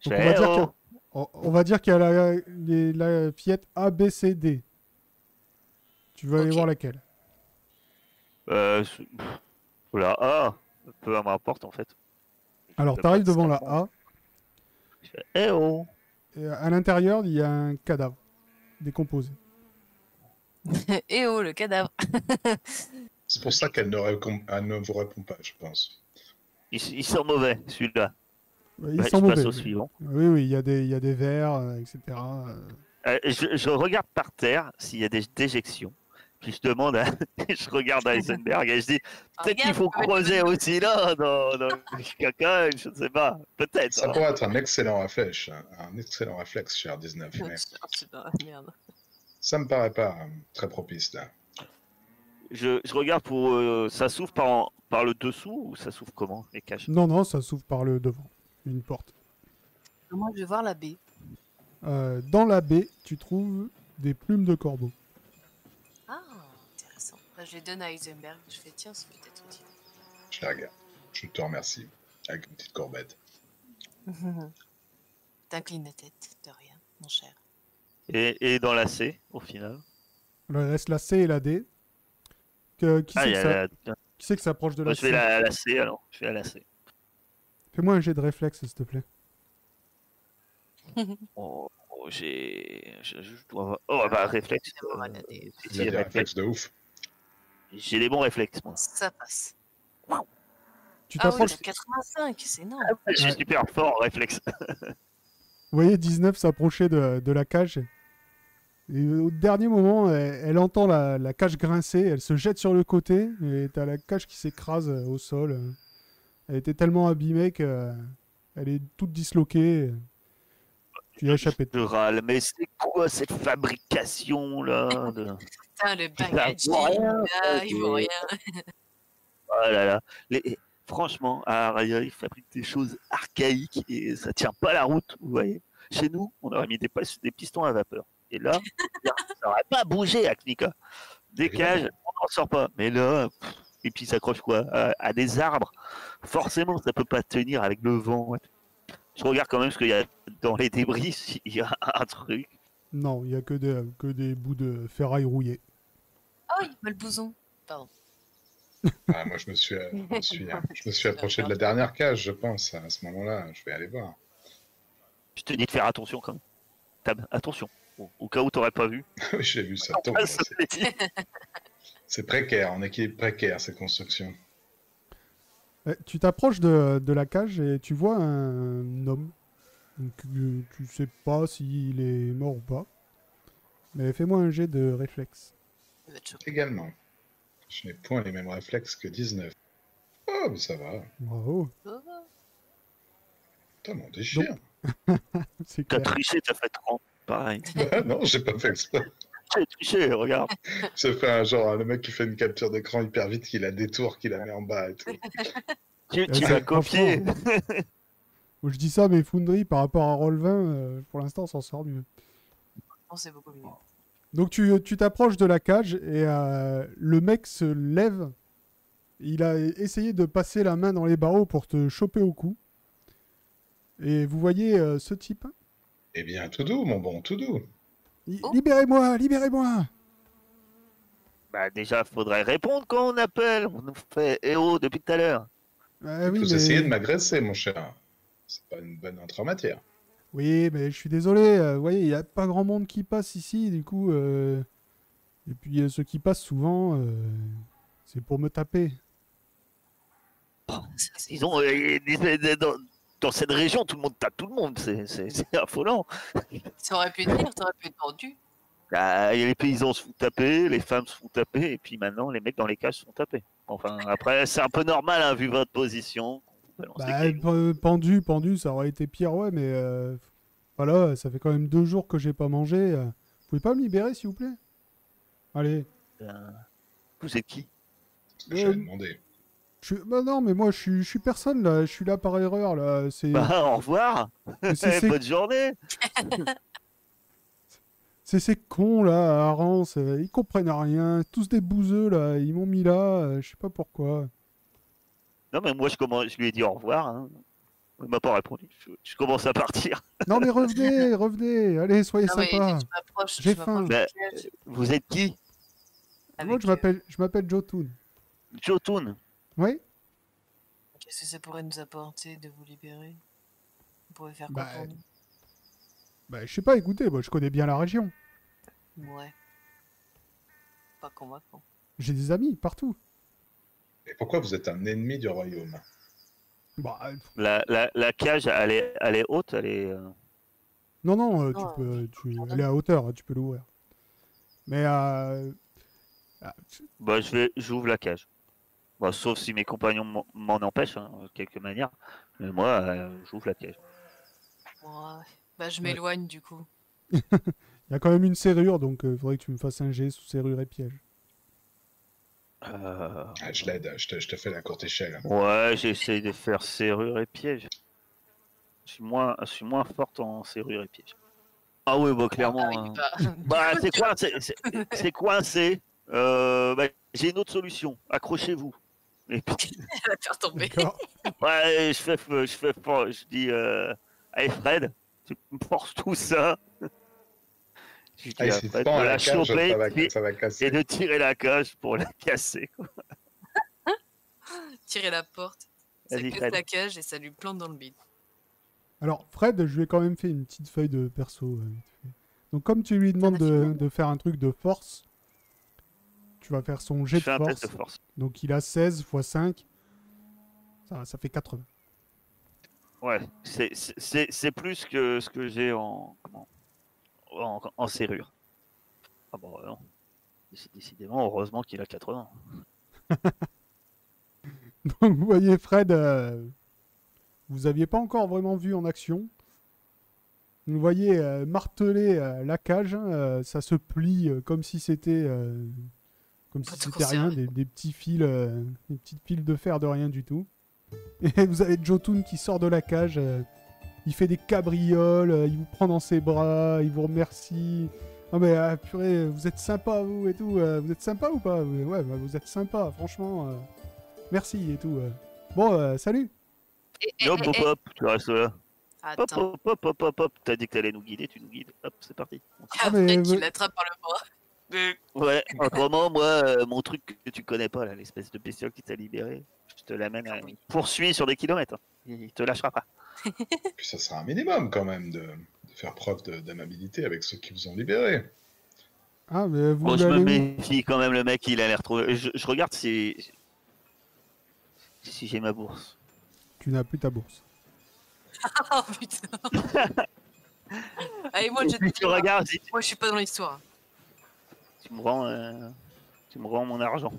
[SPEAKER 3] Je
[SPEAKER 2] Donc,
[SPEAKER 3] fais,
[SPEAKER 2] on va
[SPEAKER 3] eh
[SPEAKER 2] dire
[SPEAKER 3] oh,
[SPEAKER 2] que- On, on va dire qu'il y a la, les- la fillette A, B, C, D. Tu vas aller
[SPEAKER 4] Ok.
[SPEAKER 2] voir laquelle
[SPEAKER 3] euh, c'est- pff, la A, peu m'importe en fait.
[SPEAKER 2] Alors t'arrives devant la A,
[SPEAKER 3] Je fais, Eh oh
[SPEAKER 2] et à l'intérieur, il y a un cadavre décomposé.
[SPEAKER 4] Eh oh, le cadavre
[SPEAKER 1] C'est pour ça qu'elle ne, récom- elle ne vous répond pas, je pense.
[SPEAKER 3] il, il sent mauvais celui-là.
[SPEAKER 2] Ouais, Ils
[SPEAKER 3] Ouais,
[SPEAKER 2] sont
[SPEAKER 3] je Bah, passe
[SPEAKER 2] mauvais.
[SPEAKER 3] au suivant.
[SPEAKER 2] Oui, oui, il y a des, il y a des verres, euh, etc. euh,
[SPEAKER 3] Euh, je, je regarde par terre s'il y a des déjections. Puis je demande à... (laughs) je regarde à Heisenberg et je dis peut-être qu'il
[SPEAKER 4] Ah, Regarde,
[SPEAKER 3] faut
[SPEAKER 4] ça va être
[SPEAKER 3] creuser aussi là dans, dans le caca, je ne sais pas. Peut-être.
[SPEAKER 1] Ça pourrait être un excellent réflexe, un, un excellent réflexe, cher 19, mais
[SPEAKER 4] Oh, Ah, c'est dans la merde.
[SPEAKER 1] ça me paraît pas euh, très propice, là.
[SPEAKER 3] Je, je regarde pour. euh, ça s'ouvre par, en- par le dessous ou ça s'ouvre comment Les caches
[SPEAKER 2] Non, non, ça s'ouvre par le devant, une porte.
[SPEAKER 4] Moi, je vais voir la baie.
[SPEAKER 2] Euh, dans la baie, tu trouves des plumes de corbeau.
[SPEAKER 4] Ah, intéressant. Bah, je les donne à Heisenberg. Je fais, tiens, c'est peut-être utile.
[SPEAKER 1] Je la regarde. Je te remercie. Avec une petite courbette.
[SPEAKER 4] T'inclines la tête, de rien, mon cher.
[SPEAKER 3] et, et dans la C, au final.
[SPEAKER 2] Le reste, la C et la D. Que- qui
[SPEAKER 3] Ah,
[SPEAKER 2] c'est
[SPEAKER 3] il y
[SPEAKER 2] que
[SPEAKER 3] a
[SPEAKER 2] ça-
[SPEAKER 3] la-
[SPEAKER 2] qui c'est que s'approche de
[SPEAKER 3] Bah,
[SPEAKER 2] la
[SPEAKER 3] je vais
[SPEAKER 2] C
[SPEAKER 3] la, la C alors. Je vais à la C.
[SPEAKER 2] Fais-moi un jet de réflexe, s'il te plaît.
[SPEAKER 3] Oh, oh, j'ai. Je, je dois avoir- Oh, bah, réflexe.
[SPEAKER 4] Je vais voir
[SPEAKER 3] euh,
[SPEAKER 4] la dé.
[SPEAKER 3] si,
[SPEAKER 1] Vous avez des
[SPEAKER 3] réflexe.
[SPEAKER 1] réflexes de ouf.
[SPEAKER 3] J'ai les bons réflexes, moi.
[SPEAKER 4] Ça passe.
[SPEAKER 2] Tu
[SPEAKER 4] Ah oui,
[SPEAKER 2] t'approches.
[SPEAKER 4] t'as 85, c'est énorme.
[SPEAKER 3] J'ai
[SPEAKER 2] Ouais.
[SPEAKER 3] super fort en réflexe.
[SPEAKER 2] Vous voyez 19 s'approcher de, de la cage. Et au dernier moment, elle, elle entend la, la cage grincer, elle se jette sur le côté, et t'as la cage qui s'écrase euh, au sol. euh. Elle était tellement abîmée que euh, elle est toute disloquée. euh. Tu
[SPEAKER 3] Euh,
[SPEAKER 2] y as échappé.
[SPEAKER 3] Je râle, mais c'est quoi cette fabrication là de-
[SPEAKER 4] Putain, le
[SPEAKER 3] Ça vaut
[SPEAKER 4] bagage,
[SPEAKER 3] rien,
[SPEAKER 4] là, euh, il vaut
[SPEAKER 3] mais-
[SPEAKER 4] rien.
[SPEAKER 3] (laughs) Oh là là. Les- Franchement, à Araya, ils fabriquent des choses archaïques et ça tient pas la route, vous voyez. Chez nous, on aurait mis des, pas- des pistons à vapeur. Et
[SPEAKER 4] (laughs)
[SPEAKER 3] là, ça aurait pas bougé à Knika. Des cages, on n'en sort pas. Mais là, pff, et puis ils s'accrochent quoi à, à des arbres. Forcément, ça peut pas tenir avec le vent. Je regarde quand même ce qu'il y a dans les débris, (laughs) s'il y a un truc.
[SPEAKER 2] Non, il n'y a que des, que des bouts de ferraille rouillée.
[SPEAKER 4] Ah oui, mal bouson.
[SPEAKER 1] Ah, moi, je me, suis, euh, je, me suis, euh, je me suis approché de la dernière cage, je pense, à ce moment-là. Je vais aller voir. (laughs)
[SPEAKER 3] Je te dis de faire attention quand même. Tab, attention. Au, au cas où t'aurais pas vu.
[SPEAKER 1] Oui, j'ai vu, ça tombe.
[SPEAKER 3] Ah, ça
[SPEAKER 1] C'est-
[SPEAKER 3] te l'ai dit.
[SPEAKER 1] C'est précaire, en équilibre précaire, cette construction.
[SPEAKER 2] Euh, Tu t'approches de, de la cage et tu vois un homme. Donc, euh, tu sais pas s'il est mort ou pas. Mais fais-moi un jet de réflexe.
[SPEAKER 4] Il va te choper.
[SPEAKER 1] Également. Je n'ai point les mêmes réflexes que 19. Oh, mais ça va.
[SPEAKER 2] Bravo, (laughs)
[SPEAKER 1] Putain, mon déchire.
[SPEAKER 2] c'est
[SPEAKER 3] T'as
[SPEAKER 2] clair.
[SPEAKER 3] triché, t'as fait 30. Pareil.
[SPEAKER 1] Ah, non, j'ai pas fait exprès.
[SPEAKER 3] J'ai triché, regarde.
[SPEAKER 1] J'ai fait un genre, le mec qui fait une capture d'écran hyper vite, qui la détourne, qui la met en bas et tout.
[SPEAKER 3] Tu,
[SPEAKER 2] Euh,
[SPEAKER 3] tu
[SPEAKER 2] ça-
[SPEAKER 3] l'as copié.
[SPEAKER 2] franchement, euh, Je dis ça, mais Foundry, par rapport à Roll20, euh, pour l'instant, s'en sort mieux.
[SPEAKER 4] Non, c'est beaucoup mieux.
[SPEAKER 2] Donc tu tu t'approches de la cage et euh, le mec se lève. Il a essayé de passer la main dans les barreaux pour te choper au cou. Et vous voyez euh, ce type
[SPEAKER 1] Eh bien, tout doux, mon bon, tout doux.
[SPEAKER 2] Il-
[SPEAKER 4] Oh.
[SPEAKER 2] Libérez-moi, libérez-moi
[SPEAKER 3] Bah déjà, faudrait répondre quand on appelle. On nous fait héros depuis tout à l'heure.
[SPEAKER 2] Ah oui,
[SPEAKER 1] Vous
[SPEAKER 2] mais-
[SPEAKER 1] essayez de m'agresser, mon cher. C'est pas une bonne entrée en matière.
[SPEAKER 2] Oui, mais je suis désolé. euh, vous voyez, il n'y a pas grand monde qui passe ici, du coup. euh, Et puis euh, ceux qui passent souvent, euh, c'est pour me taper.
[SPEAKER 4] Ça, c'est-
[SPEAKER 3] Ils ont, euh, ils- ils- ils- dans, dans cette région, tout le monde tape tout le monde. C'est- C'est c'est (laughs) affolant.
[SPEAKER 4] Ça aurait pu être pire, t'aurais pu être pendu.
[SPEAKER 3] Bah, les paysans se font taper, les femmes se font taper, et puis maintenant, les mecs dans les cages se font taper. Enfin, après, c'est un peu normal, hein, vu votre position. On balance des
[SPEAKER 2] Bah,
[SPEAKER 3] cailloux.
[SPEAKER 2] pe- pendu, pendu, ça aurait été pire, ouais, mais euh, voilà, ça fait quand même deux jours que j'ai pas mangé. euh, Vous pouvez pas me libérer, s'il vous plaît Allez.
[SPEAKER 3] Vous êtes qui
[SPEAKER 1] C'est ce que j'avais
[SPEAKER 2] Euh,
[SPEAKER 1] demandé.
[SPEAKER 2] Je suis- bah non, mais moi, je suis, je suis personne, là. Je suis là par erreur, là. C'est
[SPEAKER 3] Bah, au revoir.
[SPEAKER 2] mais c'est-
[SPEAKER 1] (laughs) eh,
[SPEAKER 2] c'est-
[SPEAKER 3] Eh, Bonne journée.
[SPEAKER 2] c'est ces cons, là, à Arance. euh, Ils comprennent rien. Tous des bouseux, là. Ils m'ont mis là. euh, Je sais pas pourquoi.
[SPEAKER 3] Non, mais moi, je, commence, je lui ai dit au revoir. hein. Il m'a pas répondu. Je, je commence à partir.
[SPEAKER 2] Non, mais
[SPEAKER 4] (laughs)
[SPEAKER 2] revenez, revenez. Allez, soyez
[SPEAKER 4] Ah oui,
[SPEAKER 2] sympa.
[SPEAKER 4] je m'approche.
[SPEAKER 2] J'ai
[SPEAKER 4] je m'approche
[SPEAKER 2] faim.
[SPEAKER 4] de
[SPEAKER 3] Bah,
[SPEAKER 4] la cage
[SPEAKER 3] (laughs) Vous êtes qui
[SPEAKER 2] Moi,
[SPEAKER 4] avec,
[SPEAKER 2] je
[SPEAKER 4] euh,
[SPEAKER 2] m'appelle, je m'appelle Jotun.
[SPEAKER 3] Jotun.
[SPEAKER 2] Oui
[SPEAKER 4] Qu'est-ce que ça pourrait nous apporter de vous libérer On pourrait faire
[SPEAKER 2] Bah,
[SPEAKER 4] quoi pour nous
[SPEAKER 2] Bah, je sais pas, écoutez, moi, je connais bien la région.
[SPEAKER 4] Ouais. Pas convaincant.
[SPEAKER 2] J'ai des amis partout.
[SPEAKER 1] Et pourquoi vous êtes un ennemi du royaume
[SPEAKER 2] Bah, euh,
[SPEAKER 3] La, la, la cage, elle est, elle est haute. Elle est, euh,
[SPEAKER 2] Non, non, euh, tu
[SPEAKER 4] Non,
[SPEAKER 2] peux, tu,
[SPEAKER 4] pardon.
[SPEAKER 2] elle est à hauteur, hein, tu peux l'ouvrir. Mais euh, ah, tu-
[SPEAKER 3] Bah, je vais, j'ouvre la cage. Bah, sauf si mes compagnons m'en- m'en empêchent, hein, de quelque manière. Mais moi, euh, j'ouvre la cage.
[SPEAKER 4] Ouais. Bah, je m'éloigne du coup.
[SPEAKER 2] euh, il y a quand même une serrure, donc il faudrait que tu me fasses un jet sous serrure et piège.
[SPEAKER 3] Euh,
[SPEAKER 1] Ah, je l'aide, je te, je te fais la courte échelle. hein.
[SPEAKER 3] Ouais, j'essaye de faire serrure et piège. Je suis moins, je suis moins forte en serrure et piège. Ah oui, bah clairement.
[SPEAKER 4] Ah,
[SPEAKER 3] hein.
[SPEAKER 4] il va- (laughs)
[SPEAKER 3] Bah, c'est coincé. c'est- C'est coincé. Euh, bah, J'ai une autre solution. Accrochez-vous. Et puis, (laughs)
[SPEAKER 4] Elle va te faire tomber. (laughs)
[SPEAKER 2] D'accord.
[SPEAKER 3] ouais, je fais, je fais, for- je dis, euh, allez Fred, tu me forces tout ça. Je dis
[SPEAKER 1] Ah, il
[SPEAKER 3] à
[SPEAKER 1] s'y
[SPEAKER 3] Fred
[SPEAKER 1] pend
[SPEAKER 3] de
[SPEAKER 1] à
[SPEAKER 3] la
[SPEAKER 1] la cage, ça
[SPEAKER 3] choper
[SPEAKER 1] va,
[SPEAKER 3] et,
[SPEAKER 1] ça va
[SPEAKER 3] et
[SPEAKER 1] casser.
[SPEAKER 3] de tirer la cage pour la casser. quoi.
[SPEAKER 4] Tirer la porte. Ça
[SPEAKER 3] Vas-y,
[SPEAKER 4] casse
[SPEAKER 3] Fred.
[SPEAKER 4] la cage et ça lui plante dans le bide.
[SPEAKER 2] Alors, Fred, je lui ai quand même fait une petite feuille de perso. euh, vite fait. Donc, comme tu lui demandes de, de faire un truc de force, tu vas faire son
[SPEAKER 3] Je
[SPEAKER 2] jet
[SPEAKER 3] fais
[SPEAKER 2] de
[SPEAKER 3] un test
[SPEAKER 2] force.
[SPEAKER 3] de force.
[SPEAKER 2] Donc, il a 16 x 5. Ça, ça fait 80.
[SPEAKER 3] Ouais, c'est- c'est c'est- c'est plus que ce que j'ai en, comment en, en serrure. Ah bon, non. Déc- Décidément, heureusement qu'il a 80.
[SPEAKER 2] (laughs) Donc, vous voyez, Fred, euh, vous aviez pas encore vraiment vu en action. Vous le voyez euh, marteler euh, la cage. euh, ça se plie euh, comme si c'était. euh, comme si
[SPEAKER 4] Pas de
[SPEAKER 2] c'était rien, des,
[SPEAKER 4] conserve.
[SPEAKER 2] des petits fils, euh, des petites piles de fer de rien du tout. (laughs) Et vous avez Jotun qui sort de la cage. euh, il fait des cabrioles, euh, il vous prend dans ses bras, il vous remercie. Non mais ah, purée, vous êtes sympa vous et tout. euh, vous êtes sympa ou pas Vous- Ouais, bah, vous êtes sympa, franchement. euh, merci et tout. euh. Bon, euh, salut.
[SPEAKER 4] Et, et-
[SPEAKER 3] Hop,
[SPEAKER 4] et-
[SPEAKER 3] hop,
[SPEAKER 4] et-
[SPEAKER 3] hop, tu restes
[SPEAKER 2] Oh,
[SPEAKER 3] là. Hop,
[SPEAKER 4] Attends.
[SPEAKER 3] hop, hop, hop, hop, hop. T'as dit que t'allais nous guider, tu nous guides. Hop, c'est parti.
[SPEAKER 2] Ah, mais
[SPEAKER 4] Après
[SPEAKER 2] vous-
[SPEAKER 4] qu'il l'attrape par le bras. Mais
[SPEAKER 3] Ouais, (laughs) autrement, moi, euh, mon truc que tu connais pas, là, l'espèce de bestiole qui t'a libéré, je te l'amène à. Il te poursuit sur des kilomètres. hein. Il te lâchera pas.
[SPEAKER 1] Puis ça sera un minimum quand même de, de faire preuve de- d'amabilité avec ceux qui vous ont libéré.
[SPEAKER 2] Ah, mais vous
[SPEAKER 3] Bon, je me
[SPEAKER 2] l'avez où
[SPEAKER 3] méfie quand même, le mec, il a l'air trop. Je, je regarde si. Si j'ai ma bourse.
[SPEAKER 2] Tu n'as plus ta bourse.
[SPEAKER 4] oh putain. Allez, moi je
[SPEAKER 3] Si tu regardes, si
[SPEAKER 4] Moi je suis pas dans l'histoire.
[SPEAKER 3] tu me rends, euh, tu me rends mon argent.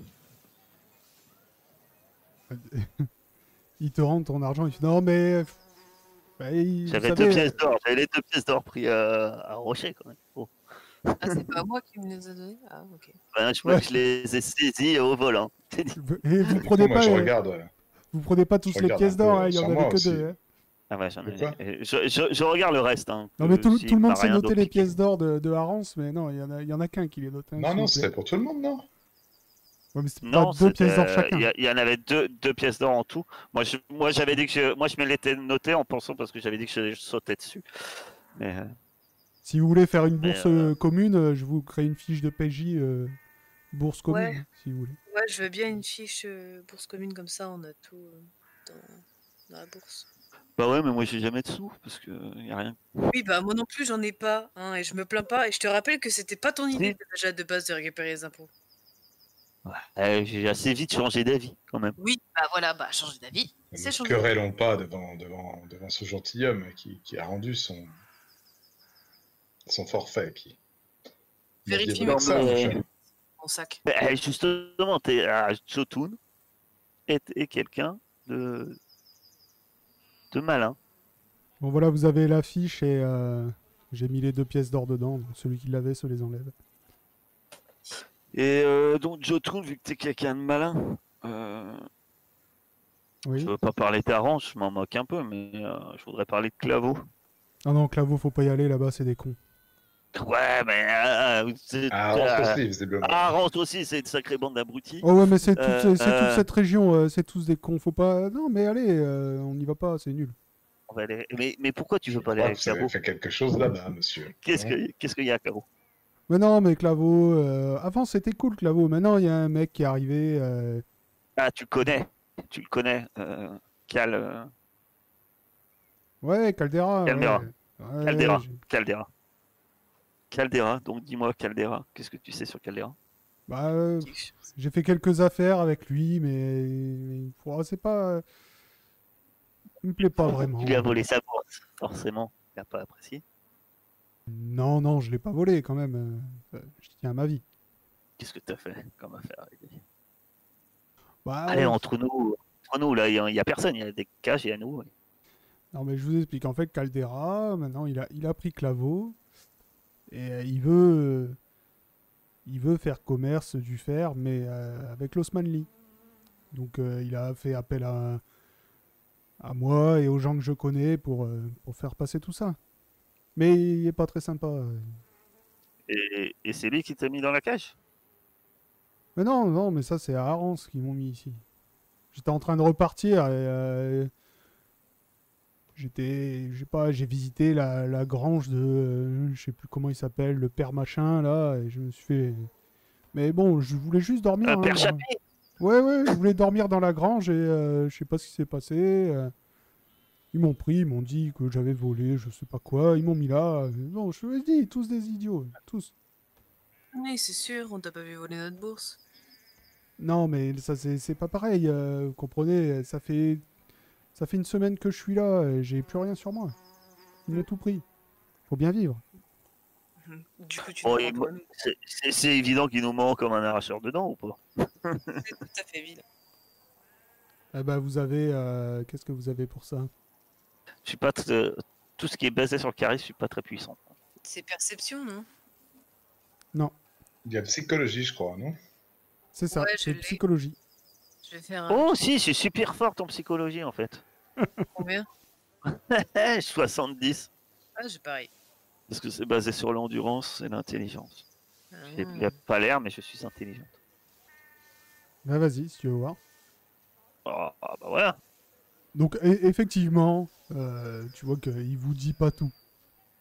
[SPEAKER 2] Il te rend ton argent. Il fait non mais. euh, bah, il- vous
[SPEAKER 3] J'avais
[SPEAKER 2] savez,
[SPEAKER 3] deux pièces d'or, j'avais les deux pièces d'or pris euh, à Rocher quand même. Oh.
[SPEAKER 4] Ah, c'est pas moi qui me les a donnés Ah, ok.
[SPEAKER 3] Ben, je crois
[SPEAKER 2] Ouais.
[SPEAKER 3] que je les ai saisies au volant.
[SPEAKER 2] vous- Et vous
[SPEAKER 1] Du coup,
[SPEAKER 2] prenez
[SPEAKER 1] moi,
[SPEAKER 2] pas.
[SPEAKER 1] je
[SPEAKER 2] euh,
[SPEAKER 1] regarde. euh,
[SPEAKER 2] Vous prenez pas tous
[SPEAKER 1] Je
[SPEAKER 2] les
[SPEAKER 1] regarde
[SPEAKER 2] pièces
[SPEAKER 1] un peu
[SPEAKER 2] d'or. hein, Il y
[SPEAKER 1] sur
[SPEAKER 2] en
[SPEAKER 1] moi
[SPEAKER 2] avait que
[SPEAKER 1] aussi.
[SPEAKER 2] deux. hein.
[SPEAKER 3] Ah ouais, j'en
[SPEAKER 1] De
[SPEAKER 3] ai-
[SPEAKER 1] quoi
[SPEAKER 3] euh, Je, je- je regarde le reste. Hein,
[SPEAKER 2] Non mais
[SPEAKER 3] que
[SPEAKER 2] tout,
[SPEAKER 3] s'il
[SPEAKER 2] tout le
[SPEAKER 3] m'a
[SPEAKER 2] monde s'est
[SPEAKER 3] rien
[SPEAKER 2] noté
[SPEAKER 3] d'autre
[SPEAKER 2] les
[SPEAKER 3] piqué.
[SPEAKER 2] pièces d'or de, de Harance, mais non, il y en a, il y en a qu'un qui les note. hein,
[SPEAKER 1] Non,
[SPEAKER 2] s'il
[SPEAKER 1] non,
[SPEAKER 2] vous plaît.
[SPEAKER 1] c'était pour tout le monde, non
[SPEAKER 2] Ouais, mais c'est pas
[SPEAKER 3] Non,
[SPEAKER 2] deux pièces d'or
[SPEAKER 3] c'était- euh,
[SPEAKER 2] chacun.
[SPEAKER 3] Il y a- il y, en avait deux, deux pièces d'or en tout. Moi, je, moi, j'avais dit que je, moi, je me l'étais noté en pensant parce que j'avais dit que je, je sautais dessus. Mais euh,
[SPEAKER 2] Si vous voulez faire une
[SPEAKER 3] Mais,
[SPEAKER 2] bourse euh, commune, euh, je vous crée une fiche de PJ euh, bourse commune,
[SPEAKER 4] Ouais.
[SPEAKER 2] si vous voulez.
[SPEAKER 4] Ouais, je veux bien une fiche euh, bourse commune comme ça, on a tout euh, dans, la bourse.
[SPEAKER 3] bah ouais, mais moi, j'ai jamais de sous parce que euh, y a rien.
[SPEAKER 4] Oui, bah moi non plus, j'en ai pas, hein, et je me plains pas. Et je te rappelle que c'était pas ton idée
[SPEAKER 3] Si.
[SPEAKER 4] déjà de base de récupérer les impôts.
[SPEAKER 3] Euh, j'ai assez vite changé d'avis quand même.
[SPEAKER 4] Oui, bah voilà, bah changer d'avis,
[SPEAKER 1] Ne
[SPEAKER 4] c'est
[SPEAKER 1] nous
[SPEAKER 4] changer. d'avis.
[SPEAKER 1] querellons pas devant, devant, devant ce gentilhomme qui, qui a rendu son, son forfait. Qui... Vous aviez
[SPEAKER 4] Vérifie,
[SPEAKER 1] donné
[SPEAKER 4] mais-
[SPEAKER 1] que ça, mon
[SPEAKER 3] Euh,
[SPEAKER 1] cher.
[SPEAKER 4] Mon sac.
[SPEAKER 3] Eh, justement, t'es à Jotun est, est quelqu'un de de malin.
[SPEAKER 2] Bon voilà, vous avez la fiche et euh, j'ai mis les deux pièces d'or dedans. donc celui qui l'avait se les enlève.
[SPEAKER 3] Et euh, donc Jotun, vu que t'es quelqu'un de malin, euh,
[SPEAKER 2] Oui.
[SPEAKER 3] je veux pas parler d'Arange, je m'en moque un peu, mais euh, je voudrais parler de Claveau.
[SPEAKER 2] Ah Non non, Claveau, faut pas y aller là-bas, c'est des cons.
[SPEAKER 3] Ouais, mais euh, c'est-
[SPEAKER 1] Ah,
[SPEAKER 3] euh,
[SPEAKER 1] Orange aussi, visiblement.
[SPEAKER 3] ah, Arange aussi, c'est une sacrée bande d'abrutis.
[SPEAKER 2] Oh ouais, mais c'est tout-
[SPEAKER 3] Euh,
[SPEAKER 2] c'est- c'est toute
[SPEAKER 3] euh.
[SPEAKER 2] cette région, euh, c'est tous des cons. Faut pas. Non mais allez, euh, on n'y va pas, c'est nul.
[SPEAKER 3] On va aller- Mais, mais pourquoi tu veux pas aller
[SPEAKER 1] Ah,
[SPEAKER 3] avec
[SPEAKER 1] vous avez
[SPEAKER 3] Claveau
[SPEAKER 1] fait quelque chose là-bas, monsieur.
[SPEAKER 3] Qu'est-ce
[SPEAKER 1] Hein
[SPEAKER 3] que qu'est-ce qu'il y a, Claveau
[SPEAKER 2] Mais non, mais Claveau, euh, avant c'était cool Claveau. Maintenant il y a un mec qui est arrivé. euh,
[SPEAKER 3] Ah, tu le connais, tu le connais, euh, Cal euh,
[SPEAKER 2] Ouais, Caldera.
[SPEAKER 3] Caldera.
[SPEAKER 2] ouais. Ouais,
[SPEAKER 3] Caldera.
[SPEAKER 2] j'ai-
[SPEAKER 3] Caldera. Caldera, donc dis-moi Caldera, qu'est-ce que tu sais sur Caldera
[SPEAKER 2] Bah, euh,
[SPEAKER 4] (laughs)
[SPEAKER 2] j'ai fait quelques affaires avec lui, mais, mais oh, c'est pas. Il me plaît pas vraiment.
[SPEAKER 3] Tu lui as volé sa bourse, forcément, il n'a pas apprécié.
[SPEAKER 2] Non, non, je l'ai pas volé quand même. euh, euh, Je tiens à ma vie.
[SPEAKER 3] Qu'est-ce que t'as fait comme affaire avec lui
[SPEAKER 2] Bah,
[SPEAKER 3] Allez,
[SPEAKER 2] euh,
[SPEAKER 3] entre nous, entre nous, là, il n'y a, personne, il y a des cages, il y a nous. ouais.
[SPEAKER 2] Non, mais je vous explique. En fait, Caldera, maintenant, il a, il a pris Claveau. Et euh, il veut. euh, il veut faire commerce du fer, mais euh, avec l'Osmanli. Donc euh, il a fait appel à, à moi et aux gens que je connais pour, euh, pour faire passer tout ça. Mais il est pas très sympa. euh,
[SPEAKER 3] Et, et c'est lui qui t'a mis dans la cage
[SPEAKER 2] Mais non, non, mais ça c'est à Arance qu'ils m'ont mis ici. J'étais en train de repartir et euh, j'étais, j'ai pas, j'ai visité la, la grange de, euh, je sais plus comment il s'appelle, le père machin là, et je me suis fait. Mais bon, je voulais juste dormir.
[SPEAKER 3] Un
[SPEAKER 2] hein,
[SPEAKER 3] père
[SPEAKER 2] moi.
[SPEAKER 3] Chappé
[SPEAKER 2] Ouais, ouais, je voulais dormir dans la grange et euh, je sais pas ce qui s'est passé. euh, ils m'ont pris, ils m'ont dit que j'avais volé, je sais pas quoi, ils m'ont mis là. euh, Bon, je vous dis, tous des idiots, tous.
[SPEAKER 4] Oui, c'est sûr, on t'a pas vu voler notre bourse.
[SPEAKER 2] Non, mais ça, c'est c'est pas pareil, euh, vous comprenez, ça fait, ça fait une semaine que je suis là, et j'ai plus rien sur moi. Ils m'ont tout pris. Faut bien vivre.
[SPEAKER 5] Du coup, tu
[SPEAKER 3] Bon,
[SPEAKER 5] te
[SPEAKER 3] il-
[SPEAKER 5] rends compte,
[SPEAKER 3] C'est- C'est c'est évident qu'il nous ment comme un arracheur de dents ou pas
[SPEAKER 5] c'est tout à fait évident.
[SPEAKER 2] Eh ben, vous avez. euh, Qu'est-ce que vous avez pour ça
[SPEAKER 3] Je suis pas très- Tout ce qui est basé sur le charisme, je suis pas très puissant.
[SPEAKER 4] C'est perception, non
[SPEAKER 1] Il y a psychologie, je crois, non
[SPEAKER 2] C'est ça,
[SPEAKER 4] Ouais, je
[SPEAKER 2] c'est
[SPEAKER 4] l'ai.
[SPEAKER 2] psychologie.
[SPEAKER 4] Je vais faire un.
[SPEAKER 3] Oh si, je suis super fort en psychologie en fait. (laughs)
[SPEAKER 4] Combien
[SPEAKER 3] Eh, 70.
[SPEAKER 4] Ah, j'ai pareil.
[SPEAKER 3] Parce que c'est basé sur l'endurance et l'intelligence. J'ai
[SPEAKER 4] Ah.
[SPEAKER 3] j'ai pas l'air, mais je suis intelligente.
[SPEAKER 2] Bah, vas-y, si tu veux voir.
[SPEAKER 3] Ah, ah, bah voilà. (laughs)
[SPEAKER 2] Donc, e- effectivement, euh, tu vois qu'il vous dit pas tout.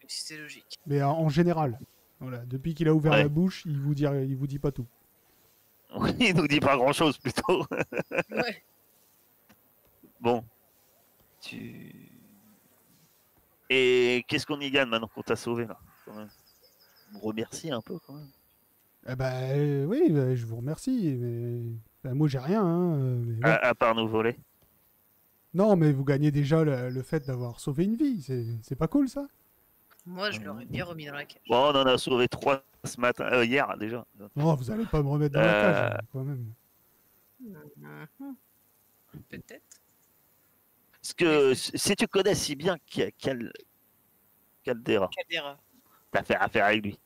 [SPEAKER 4] Mais C'est
[SPEAKER 3] (laughs)
[SPEAKER 4] logique.
[SPEAKER 2] Mais euh, en général, voilà, depuis qu'il a ouvert
[SPEAKER 3] Ouais.
[SPEAKER 2] la bouche, il vous dit, il vous dit pas tout.
[SPEAKER 3] Oui, il nous dit pas grand chose plutôt.
[SPEAKER 4] Ouais.
[SPEAKER 3] Bon. Tu. Et qu'est-ce qu'on y gagne maintenant qu'on t'a sauvé là quand même On me remercie un peu quand même.
[SPEAKER 2] Eh ben euh, oui, bah, je vous remercie. Mais... bah, moi j'ai rien. hein, euh, mais ouais.
[SPEAKER 3] À, à part nous voler.
[SPEAKER 2] Non, mais vous gagnez déjà le, le fait d'avoir sauvé une vie. C'est c'est pas cool ça.
[SPEAKER 4] Moi, je l'aurais bien remis dans la cage.
[SPEAKER 3] Bon, on en a sauvé trois ce matin, euh, hier déjà.
[SPEAKER 2] Non, vous allez pas me remettre dans la
[SPEAKER 3] Euh.
[SPEAKER 2] cage hein, quand même.
[SPEAKER 4] Mhm. Peut-être.
[SPEAKER 3] Parce que si tu connais si bien Ca- Cal... Caldera,
[SPEAKER 5] Caldera.
[SPEAKER 3] t'as fait affaire avec lui.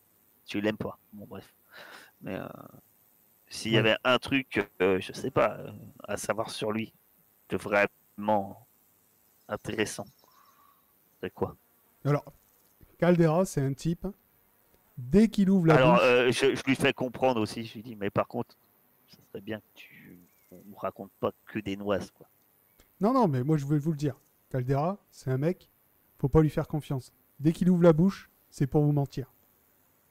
[SPEAKER 3] Tu l'aimes pas. Bon, bref. Mais euh, s'il y
[SPEAKER 2] Ouais.
[SPEAKER 3] avait un truc, euh, je sais pas, euh, à savoir sur lui, de vraiment intéressant, c'est quoi
[SPEAKER 2] Alors, Caldera, c'est un type. Dès qu'il ouvre la
[SPEAKER 3] Alors,
[SPEAKER 2] bouche,
[SPEAKER 3] euh, je, je lui fais comprendre aussi. Je lui dis, mais par contre, ça serait bien que tu on me raconte pas que des noises, quoi.
[SPEAKER 2] non, non, mais moi je vais vous le dire. Caldera, c'est un mec. Faut pas lui faire confiance. Dès qu'il ouvre la bouche, c'est pour vous mentir.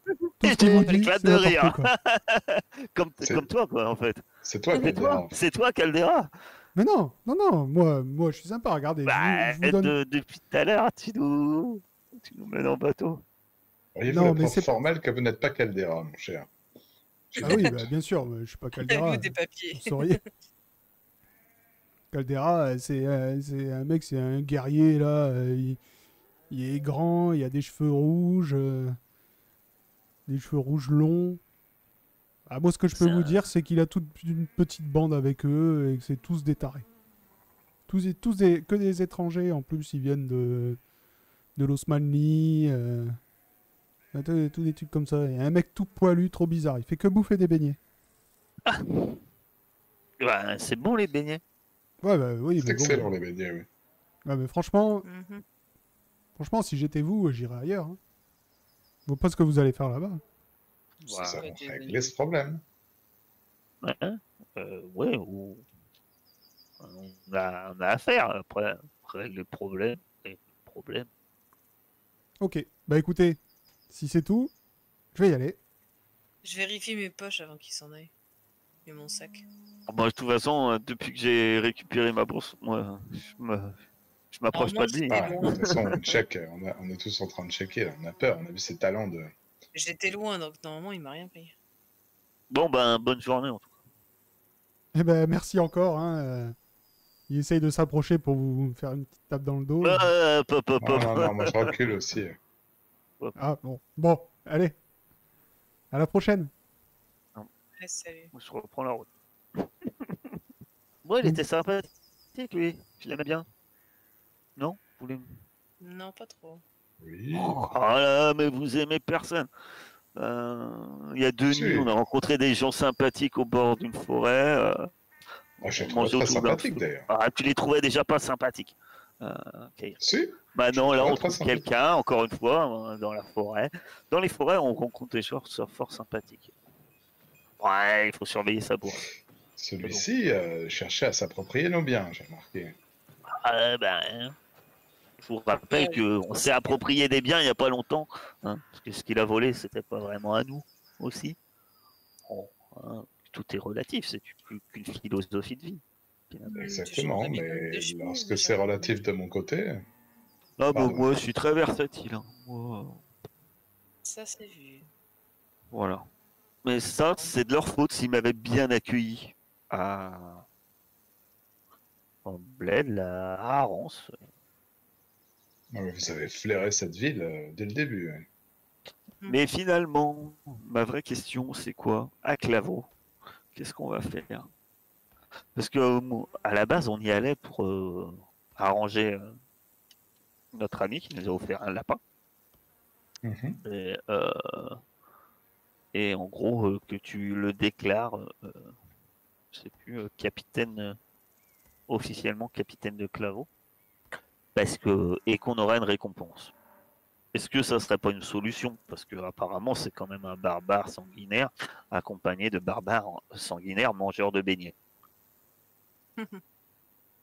[SPEAKER 2] Tout ce qu'il
[SPEAKER 3] Et (laughs) tu
[SPEAKER 2] vous dit,
[SPEAKER 3] m'éclates
[SPEAKER 2] c'est
[SPEAKER 3] de
[SPEAKER 2] n'importe
[SPEAKER 3] rire.
[SPEAKER 2] quoi.
[SPEAKER 3] (laughs) Comme,
[SPEAKER 1] C'est-
[SPEAKER 3] comme toi, quoi, en fait.
[SPEAKER 1] C'est toi,
[SPEAKER 3] C'est
[SPEAKER 1] Caldera.
[SPEAKER 3] toi, c'est toi, Caldera.
[SPEAKER 2] Mais non, non, non, moi, moi je suis sympa, regardez. je
[SPEAKER 3] Bah,
[SPEAKER 2] vous- je vous donne-
[SPEAKER 3] de- depuis tout à l'heure, tu nous, tu nous mènes en bateau.
[SPEAKER 1] Voyez-vous,
[SPEAKER 2] Non,
[SPEAKER 1] la
[SPEAKER 2] mais
[SPEAKER 1] preuve
[SPEAKER 2] c'est-
[SPEAKER 1] formelle que vous n'êtes pas Caldera, mon cher.
[SPEAKER 2] Ah oui, bah, bien sûr, mais je suis pas
[SPEAKER 4] (laughs)
[SPEAKER 2] Caldera.
[SPEAKER 5] Avez-vous des papiers
[SPEAKER 2] Vous sauriez. Caldera, euh, c'est euh, c'est un mec, c'est un guerrier là. euh, Il, il est grand, il a des cheveux rouges, euh, des cheveux rouges longs. Ah, moi, ce que je peux
[SPEAKER 3] C'est
[SPEAKER 2] vous
[SPEAKER 3] un-
[SPEAKER 2] dire, c'est qu'il a toute une petite bande avec eux et que c'est tous des tarés. Tous, et- tous des, que des étrangers en plus, ils viennent de, de l'Osmanli. euh, bah, tous tous des trucs comme ça. Et un mec tout poilu, trop bizarre. Il fait que bouffer des beignets.
[SPEAKER 3] Bah, c'est bon, les beignets.
[SPEAKER 2] Ouais, bah oui,
[SPEAKER 1] C'est
[SPEAKER 2] mais bon.
[SPEAKER 1] excellent, les médias, oui.
[SPEAKER 2] Ouais, Ah, mais franchement,
[SPEAKER 4] Mhm.
[SPEAKER 2] franchement, si j'étais vous, j'irais ailleurs. Hein. Je vois pas ce que vous allez faire là-bas.
[SPEAKER 1] Nous
[SPEAKER 3] Voilà.
[SPEAKER 1] avons réglé ce problème.
[SPEAKER 3] Ouais, hein. Euh, ouais, ou- on, a, on a affaire. Après, on règle le problème. Et le problème.
[SPEAKER 2] Ok, bah écoutez, si c'est tout, je vais y aller.
[SPEAKER 5] Je vérifie mes poches avant qu'il s'en aille. Et mon sac.
[SPEAKER 3] Moi, de toute façon, euh, depuis que j'ai récupéré ma bourse, moi, je me- je m'approche
[SPEAKER 5] Alors, moi,
[SPEAKER 3] pas de lui.
[SPEAKER 5] j'étais
[SPEAKER 1] Ah, de toute façon, on check, on, a- on est tous en train de checker, là. on a peur, on a vu ses talents de...
[SPEAKER 5] J'étais loin, donc normalement, il m'a rien pris.
[SPEAKER 3] Bon, ben, bonne journée. En tout cas.
[SPEAKER 2] Eh ben merci encore. Hein. euh. Il essaye de s'approcher pour vous faire une petite tape dans le dos.
[SPEAKER 3] Euh, hop, hop, hop,
[SPEAKER 1] Non,
[SPEAKER 3] hop.
[SPEAKER 1] non, non, Oh
[SPEAKER 3] (laughs)
[SPEAKER 1] moi je recule aussi.
[SPEAKER 2] Ah bon, bon, allez. À la prochaine.
[SPEAKER 5] Ouais, salut.
[SPEAKER 3] Je reprends la (laughs) route. Moi, il
[SPEAKER 2] Mm.
[SPEAKER 3] était sympathique, lui. Je l'aimais bien. Non Vous Ah voulez...
[SPEAKER 5] Non, pas trop.
[SPEAKER 1] Oui.
[SPEAKER 3] Oh là, mais vous aimez personne. Euh, il y a deux
[SPEAKER 1] Si.
[SPEAKER 3] nuits, on a rencontré des gens sympathiques au bord d'une forêt. euh,
[SPEAKER 1] Moi, Ah, je
[SPEAKER 3] on
[SPEAKER 1] suis trouvé
[SPEAKER 3] mangeait
[SPEAKER 1] très
[SPEAKER 3] autour d'un
[SPEAKER 1] sympathique
[SPEAKER 3] feu.
[SPEAKER 1] d'ailleurs.
[SPEAKER 3] Ah, tu les trouvais déjà pas sympathiques. Euh, Kair.
[SPEAKER 1] Si
[SPEAKER 3] Maintenant, là,
[SPEAKER 1] Ouais,
[SPEAKER 3] on
[SPEAKER 1] très
[SPEAKER 3] trouve
[SPEAKER 1] sympathique.
[SPEAKER 3] quelqu'un, encore une fois, euh, dans la forêt. Dans les forêts, on rencontre des gens fort- fort sympathiques. Ouais, il faut surveiller sa bourse.
[SPEAKER 1] Celui-ci euh, cherchait à s'approprier nos biens, j'ai remarqué.
[SPEAKER 3] Ah, ben, je vous rappelle qu'on s'est approprié des biens il n'y a pas longtemps. hein, parce que ce qu'il a volé, c'était pas vraiment à nous aussi. Bon, hein, tout est relatif, c'est plus qu'une philosophie de vie. Ah
[SPEAKER 1] Bah,
[SPEAKER 5] Hum,
[SPEAKER 1] Exactement,
[SPEAKER 5] changes la méthode
[SPEAKER 1] mais
[SPEAKER 5] hein. de chemin,
[SPEAKER 1] lorsque
[SPEAKER 5] déjà.
[SPEAKER 1] c'est relatif de mon côté,
[SPEAKER 3] Ah,
[SPEAKER 1] bah, Pardon.
[SPEAKER 3] moi, je suis très versatile. hein. Moi,
[SPEAKER 5] Ça, c'est vu.
[SPEAKER 3] Voilà. Mais ça, c'est de leur faute s'ils m'avaient bien accueilli à. En Bled, là, à Arance.
[SPEAKER 1] euh, vous avez flairé cette ville euh, dès le début. hein.
[SPEAKER 3] Mais finalement, ma vraie question, c'est quoi À Claveau, qu'est-ce qu'on va faire Parce que euh, mo- à la base, on y allait pour euh, arranger euh, notre ami qui nous a offert un lapin.
[SPEAKER 1] Mhm.
[SPEAKER 3] Et, euh, et en gros, euh, que tu le déclares, euh, je sais plus, euh, capitaine, euh, officiellement capitaine de Claveau, parce que, et qu'on aura une récompense. Est-ce que ça serait pas une solution Parce que apparemment, c'est quand même un barbare sanguinaire accompagné de barbares sanguinaires mangeurs de beignets.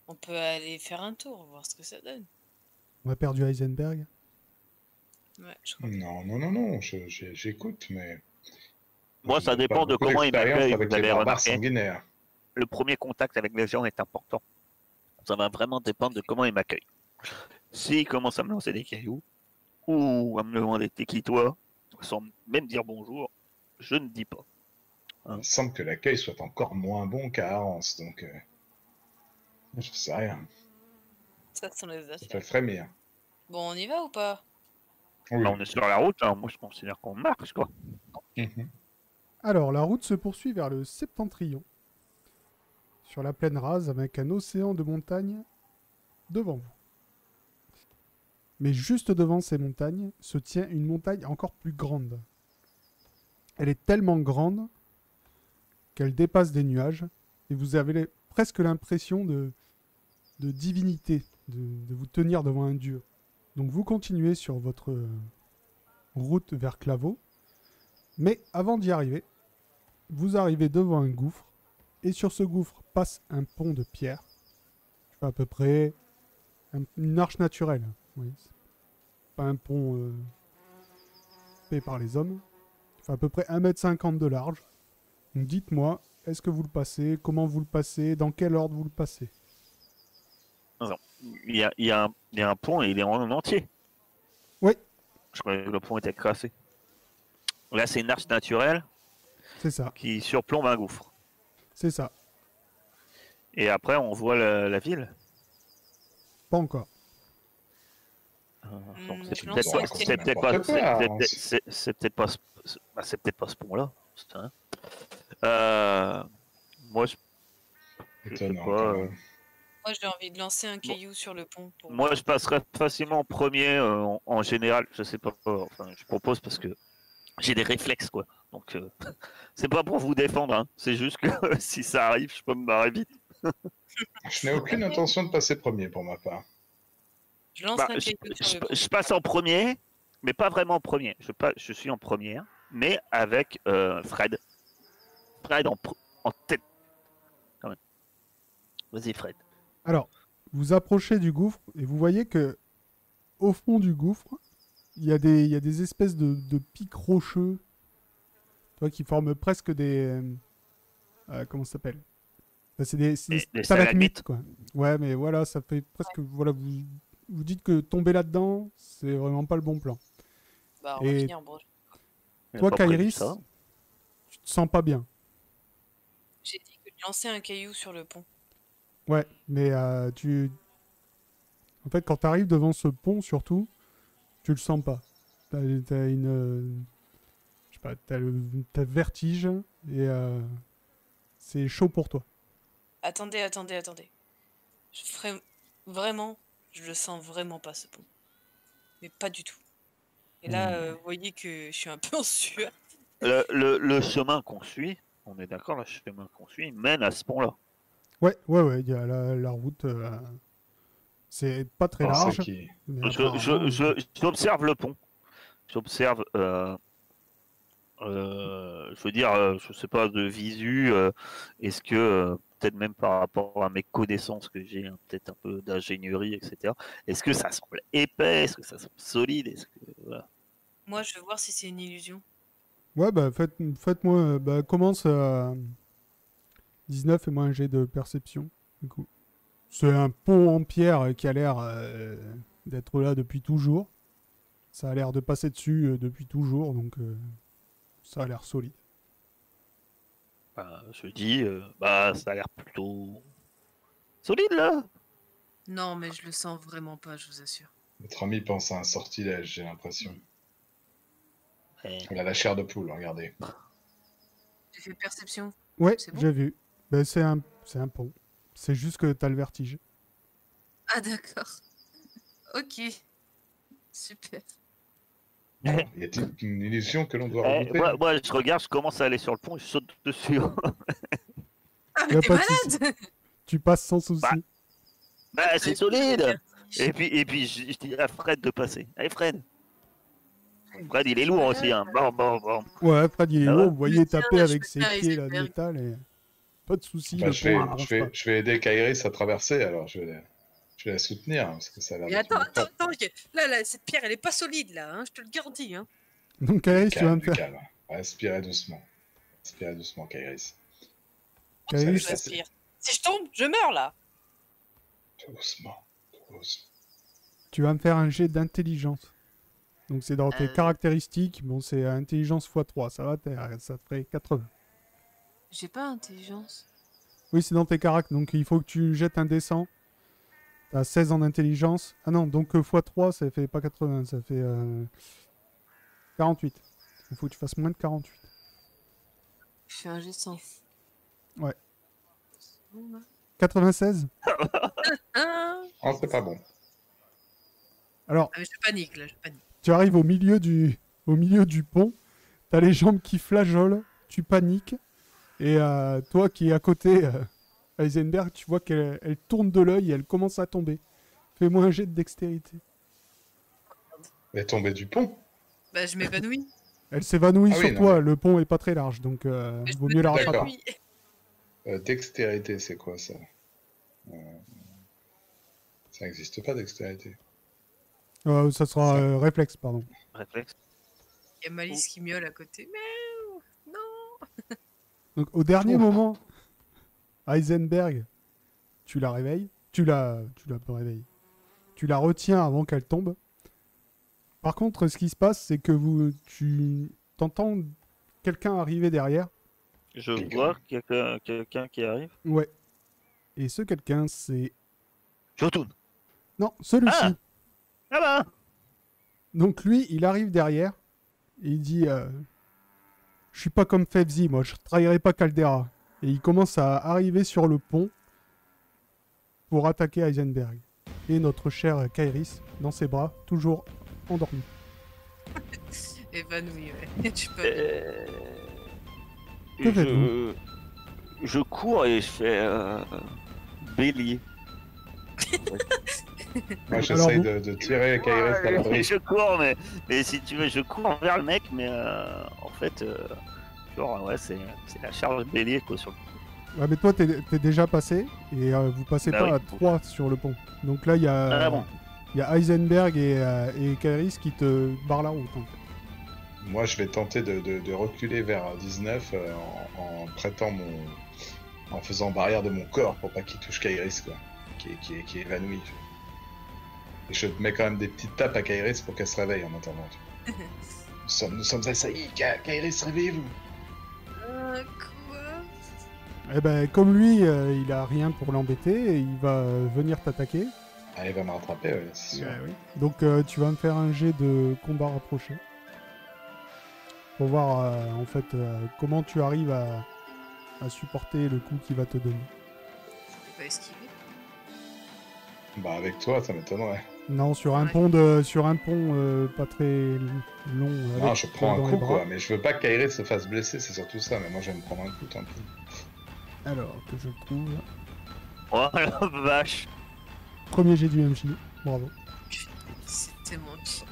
[SPEAKER 5] On peut aller faire un tour, voir ce que ça donne.
[SPEAKER 2] On a perdu Heisenberg.
[SPEAKER 5] Ouais, je crois.
[SPEAKER 1] Non, non, non, non, je- je- j'écoute, mais.
[SPEAKER 3] Moi,
[SPEAKER 1] J'ai
[SPEAKER 3] ça
[SPEAKER 1] pas
[SPEAKER 3] dépend de
[SPEAKER 1] beaucoup
[SPEAKER 3] comment il
[SPEAKER 1] d'expérience
[SPEAKER 3] m'accueille,
[SPEAKER 1] avec
[SPEAKER 3] vous
[SPEAKER 1] les
[SPEAKER 3] avez
[SPEAKER 1] barbares
[SPEAKER 3] remarqué.
[SPEAKER 1] sanguinaires.
[SPEAKER 3] le premier contact avec les gens est important. Ça va vraiment dépendre de comment ils m'accueillent. S'ils commencent à me lancer des cailloux, ou à me demander t'es qui toi, sans même dire bonjour, je ne dis pas.
[SPEAKER 1] Il me semble que l'accueil soit encore moins bon qu'à Arance, donc. euh, Je sais rien,
[SPEAKER 5] Ça, ça les
[SPEAKER 1] ça
[SPEAKER 5] affaires.
[SPEAKER 1] fait frémir.
[SPEAKER 5] Bon, on y va ou pas
[SPEAKER 1] Oui.
[SPEAKER 3] Là, on est sur la route, hein, moi je considère qu'on marche quoi.
[SPEAKER 1] Mhm.
[SPEAKER 2] Alors, la route se poursuit vers le septentrion, sur la plaine rase avec un océan de montagnes devant vous. Mais juste devant ces montagnes se tient une montagne encore plus grande. Elle est tellement grande qu'elle dépasse des nuages et vous avez les- presque l'impression de, de divinité, de, de vous tenir devant un dieu. Donc vous continuez sur votre euh, route vers Claveau. Mais avant d'y arriver, vous arrivez devant un gouffre, et sur ce gouffre passe un pont de pierre. Je sais pas, à peu près un- une arche naturelle. Oui, c'est pas un pont euh, fait par les hommes. Enfin, à peu près 1m50 de large. Donc dites-moi, est-ce que vous le passez Comment vous le passez Dans quel ordre vous le passez
[SPEAKER 3] Il y a, il y a un, il y a un pont et il est en entier.
[SPEAKER 2] Oui.
[SPEAKER 3] Je croyais que le pont était crassé. Là, c'est une arche naturelle
[SPEAKER 2] C'est ça,
[SPEAKER 3] qui surplombe un gouffre.
[SPEAKER 2] c'est ça.
[SPEAKER 3] Et après, on voit la, la ville.
[SPEAKER 2] Pas encore.
[SPEAKER 3] Euh,
[SPEAKER 5] Hmm,
[SPEAKER 3] donc c'est
[SPEAKER 5] je pense
[SPEAKER 3] peut-être
[SPEAKER 5] qu'on
[SPEAKER 3] pas-
[SPEAKER 5] se
[SPEAKER 3] c'est
[SPEAKER 5] tient
[SPEAKER 3] peut-être
[SPEAKER 1] n'importe
[SPEAKER 3] pas- c'est-
[SPEAKER 1] quoi, hein.
[SPEAKER 3] c'est
[SPEAKER 1] on
[SPEAKER 3] peut-être-
[SPEAKER 1] se-
[SPEAKER 3] c'est- c'est peut-être pas ce- c'est- bah, c'est peut-être pas ce pont là hein. Euh, moi je, je sais
[SPEAKER 1] Étonnant.
[SPEAKER 3] pas,
[SPEAKER 1] quand
[SPEAKER 3] euh,
[SPEAKER 1] même.
[SPEAKER 5] Moi, j'ai envie de lancer un caillou sur le pont. Pour...
[SPEAKER 3] moi je passerais facilement en premier euh, en, en général je sais pas euh, enfin je propose parce que j'ai des réflexes quoi donc euh, (laughs) c'est pas pour vous défendre hein, c'est juste que (laughs) si ça arrive je peux me barrer vite
[SPEAKER 1] Je n'ai aucune intention de passer premier pour ma part.
[SPEAKER 5] Je lance
[SPEAKER 3] Bah,
[SPEAKER 5] un
[SPEAKER 3] je,
[SPEAKER 5] caillou sur
[SPEAKER 3] je-
[SPEAKER 5] le pont.
[SPEAKER 3] je passe en premier mais pas vraiment en premier je pas je suis en première mais avec euh, Fred Fred en, pr- en tête quand même vas-y Fred
[SPEAKER 2] Alors, vous approchez du gouffre et vous voyez que, au fond du gouffre, il y a des, il y a des espèces de, de pics rocheux tu vois, qui forment presque des. euh, euh, comment ça s'appelle Enfin, C'est des, c'est
[SPEAKER 3] Des- des
[SPEAKER 2] stalagmites, quoi. Ouais, mais voilà, ça fait presque. Voilà, vous, vous dites que tomber là-dedans, c'est vraiment pas le bon plan.
[SPEAKER 5] Bah, on va
[SPEAKER 2] et-
[SPEAKER 5] finir en broche.
[SPEAKER 3] On
[SPEAKER 2] Toi,
[SPEAKER 3] a pas prévu
[SPEAKER 2] Kairis,
[SPEAKER 3] ça.
[SPEAKER 2] tu te sens pas bien.
[SPEAKER 5] J'ai dit que de lancer un caillou sur le pont.
[SPEAKER 2] Ouais, mais euh, tu. En fait, quand t'arrives devant ce pont, surtout, tu le sens pas. T'as t'as une. euh, Je sais pas, t'as le t'as le vertige et euh, c'est chaud pour toi.
[SPEAKER 5] Attendez, attendez, attendez. Je ferai... Vraiment, je le sens vraiment pas,
[SPEAKER 1] Hmm.
[SPEAKER 5] ce pont. Mais pas du tout. Et là, euh, vous voyez que je suis un peu en sueur.
[SPEAKER 3] le, le- le chemin qu'on suit, on est d'accord, le chemin qu'on suit mène à ce pont-là.
[SPEAKER 2] Ouais, ouais, ouais, il y a la, la route. euh, C'est pas très
[SPEAKER 1] Alors,
[SPEAKER 2] large.
[SPEAKER 1] ceux qui-
[SPEAKER 2] mais
[SPEAKER 3] Je-
[SPEAKER 2] apparemment,
[SPEAKER 3] je- je- J'observe le pont. J'observe. euh, euh, je veux dire, euh, je sais pas, de visu, euh, est-ce que, euh, peut-être même par rapport à mes connaissances que j'ai, hein, peut-être un peu d'ingénierie, etc., est-ce que ça semble épais, est-ce que ça semble solide, est-ce que. Voilà.
[SPEAKER 4] Moi, je veux voir si c'est une illusion.
[SPEAKER 2] Ouais, bah faites, faites-moi. euh, Bah, commence à 19 et moi un jet de perception. Du coup. C'est un pont en pierre euh, qui a l'air euh, d'être là depuis toujours. Ça a l'air de passer dessus euh, depuis toujours, donc euh, ça a l'air solide.
[SPEAKER 3] Bah, je dis, euh, bah, ça a l'air plutôt solide là.
[SPEAKER 4] Non, mais je le sens vraiment pas, je vous assure.
[SPEAKER 1] Notre ami pense à un sortilège, j'ai l'impression.
[SPEAKER 3] Eh,
[SPEAKER 1] Il a la chair de poule, regardez.
[SPEAKER 4] J'ai fait perception.
[SPEAKER 2] Ouais,
[SPEAKER 4] C'est bon
[SPEAKER 2] j'ai vu. Bah, c'est, un, c'est un pont. C'est juste que t'as le vertige.
[SPEAKER 4] Ah, d'accord. Ok. Super.
[SPEAKER 1] Y a-t-il une illusion que l'on doit
[SPEAKER 3] eh,
[SPEAKER 1] rajouter
[SPEAKER 3] moi, moi, je regarde, je commence à aller sur le pont et je saute dessus.
[SPEAKER 4] Ah,
[SPEAKER 2] Y a
[SPEAKER 4] mais t'es
[SPEAKER 2] pas de
[SPEAKER 4] malade
[SPEAKER 2] souci. Tu passes sans souci.
[SPEAKER 3] Bah, bah, c'est solide. Et
[SPEAKER 4] Je-
[SPEAKER 3] puis, et puis je, je dis à Fred de passer. Allez, Fred. Fred, il est lourd aussi. Hein. Bon, bon, bon.
[SPEAKER 2] Ouais, Fred, il est
[SPEAKER 3] Ah ouais
[SPEAKER 2] haut, vous voyez
[SPEAKER 4] tiens,
[SPEAKER 2] taper
[SPEAKER 4] là, je
[SPEAKER 2] avec
[SPEAKER 4] peux
[SPEAKER 2] ses
[SPEAKER 4] faire les
[SPEAKER 2] pieds là, de
[SPEAKER 4] icebergs.
[SPEAKER 2] métal et. Pas de souci,
[SPEAKER 1] Bah,
[SPEAKER 2] le
[SPEAKER 1] je, vais,
[SPEAKER 2] pont, il
[SPEAKER 1] je,
[SPEAKER 2] bronche
[SPEAKER 1] vais,
[SPEAKER 2] pas.
[SPEAKER 1] je vais aider Kairis à traverser, alors je vais, la- je vais la soutenir, hein, parce que ça a l'air
[SPEAKER 4] Mais
[SPEAKER 1] d'être
[SPEAKER 4] attends,
[SPEAKER 1] une
[SPEAKER 4] attends,
[SPEAKER 1] épreuve.
[SPEAKER 4] attends. y a- Là, là, cette pierre, elle est pas solide, là. hein, Je te le garantis. Hein.
[SPEAKER 2] Donc, Kairis, tu vas me
[SPEAKER 1] Calme,
[SPEAKER 2] faire.
[SPEAKER 1] calme. Respirez doucement. Respirez doucement, Kairis.
[SPEAKER 2] Kairis,
[SPEAKER 1] allez
[SPEAKER 5] Je
[SPEAKER 1] passer.
[SPEAKER 5] respire. Si je tombe, je meurs là.
[SPEAKER 1] Doucement. doucement.
[SPEAKER 2] Tu vas me faire un jet d'intelligence. Donc c'est dans tes
[SPEAKER 4] Euh.
[SPEAKER 2] caractéristiques. Bon, c'est intelligence x3, ça va, t'es- ça te ferait 80.
[SPEAKER 4] J'ai pas intelligence.
[SPEAKER 2] Oui, c'est dans tes caractères, donc il faut que tu jettes un dessin. T'as 16 en intelligence. Ah non, donc euh, x3, ça fait pas 80, ça fait euh, 48. Il faut que tu fasses moins de 48.
[SPEAKER 4] Je suis un G sans.
[SPEAKER 2] Ouais. 96
[SPEAKER 4] Ah,
[SPEAKER 1] Oh, c'est pas bon.
[SPEAKER 2] Alors,
[SPEAKER 4] mais je panique, là, je panique.
[SPEAKER 2] Tu arrives au milieu du, au milieu du pont, t'as les jambes qui flageolent, tu paniques, et euh, toi qui es à côté, euh, Heisenberg, tu vois qu'elle elle tourne de l'œil et elle commence à tomber. Fais-moi un jet de dextérité.
[SPEAKER 1] Elle est tombée du pont.
[SPEAKER 4] Bah, je
[SPEAKER 2] (laughs)
[SPEAKER 4] m'épanouis.
[SPEAKER 2] Elle s'évanouit
[SPEAKER 1] Ah
[SPEAKER 2] sur
[SPEAKER 1] oui, non,
[SPEAKER 2] toi, le pont est pas très large, donc euh,
[SPEAKER 4] Mais je
[SPEAKER 2] vaut
[SPEAKER 4] me
[SPEAKER 2] mieux la
[SPEAKER 1] dis-
[SPEAKER 2] rattraper.
[SPEAKER 1] D'accord.
[SPEAKER 4] Oui.
[SPEAKER 1] Euh, dextérité, c'est quoi ça Euh, Ça n'existe pas, dextérité.
[SPEAKER 2] Euh, ça sera euh, réflexe, pardon.
[SPEAKER 3] Réflexe.
[SPEAKER 4] Il y a Malice qui miaule à côté. Mais
[SPEAKER 2] Donc au dernier moment, Heisenberg, tu la réveilles, tu la, tu la peux réveiller, tu la retiens avant qu'elle tombe. Par contre, ce qui se passe, c'est que vous, tu t'entends quelqu'un arriver derrière.
[SPEAKER 3] Je
[SPEAKER 1] Quelqu'un.
[SPEAKER 3] vois quelqu'un quelqu'un qui arrive.
[SPEAKER 2] Ouais. Et ce quelqu'un, c'est
[SPEAKER 3] Je retourne.
[SPEAKER 2] non celui-ci.
[SPEAKER 3] Ah Ah bah
[SPEAKER 2] Donc lui, il arrive derrière et il dit euh, Je suis pas comme Fevzi, moi, je trahirai pas Caldera. Et il commence à arriver sur le pont pour attaquer Heisenberg. Et notre cher Kairis dans ses bras, toujours endormi.
[SPEAKER 4] épanoui, ouais. (laughs) Je peux...
[SPEAKER 3] Euh,
[SPEAKER 2] Que
[SPEAKER 3] je, je cours et je fais euh, bélier.
[SPEAKER 1] Moi,
[SPEAKER 2] Alors,
[SPEAKER 1] j'essaye
[SPEAKER 2] vous-
[SPEAKER 1] de, de tirer Kairis Euh, à l'abri.
[SPEAKER 3] je cours, mais, mais si tu veux, je cours vers le mec, mais euh, en fait, euh, genre, ouais, c'est c'est la charge de bélier quoi, sur le
[SPEAKER 2] Ouais, Ah, mais toi, t'es t'es déjà passé et euh, vous passez
[SPEAKER 3] Bah
[SPEAKER 2] pas
[SPEAKER 3] oui.
[SPEAKER 2] à 3 sur le pont. Donc là, il y a
[SPEAKER 3] Ah bon.
[SPEAKER 2] il y a Heisenberg et, euh, et Kairis qui te barrent la route. en fait.
[SPEAKER 1] Moi, je vais tenter de, de- de reculer vers 19 euh, en, en prêtant mon. en faisant barrière de mon corps pour pas qu'il touche Kairis, quoi. Qui est, qui est- qui est évanoui. Et je mets quand même des petites tapes à Kairis pour qu'elle se réveille en attendant. tu
[SPEAKER 3] Mhm.
[SPEAKER 1] vois. nous, sommes, nous sommes assaillis, Ka- Kairis, réveillez-vous
[SPEAKER 4] Ah, quoi
[SPEAKER 2] Eh ben, comme lui, euh, il a rien pour l'embêter et il va euh, venir t'attaquer.
[SPEAKER 1] Allez, Ah, va me rattraper, ouais,
[SPEAKER 2] Ben
[SPEAKER 1] c'est sûr.
[SPEAKER 2] Donc euh, tu vas me faire un jet de combat rapproché. Pour voir euh, en fait euh, comment tu arrives à, à supporter le coup qu'il va te donner.
[SPEAKER 4] Je peux pas esquiver.
[SPEAKER 1] Bah, avec toi, ça m'étonnerait.
[SPEAKER 2] Non, sur un
[SPEAKER 4] Ouais.
[SPEAKER 2] pont, de, sur un pont euh, pas très long. euh,
[SPEAKER 1] Non,
[SPEAKER 2] avec
[SPEAKER 1] je
[SPEAKER 2] toi
[SPEAKER 1] prends
[SPEAKER 2] dans
[SPEAKER 1] un
[SPEAKER 2] les
[SPEAKER 1] coup,
[SPEAKER 2] bras.
[SPEAKER 1] quoi. Mais je veux pas qu'Airé se fasse blesser, c'est surtout ça. Mais moi, je vais me prendre un coup, tant
[SPEAKER 3] Eh,
[SPEAKER 1] pis.
[SPEAKER 2] Alors, que je trouve.
[SPEAKER 3] Oh (laughs) la vache
[SPEAKER 2] Premier jet du MJ. Bravo.
[SPEAKER 4] C'était mon cheaté.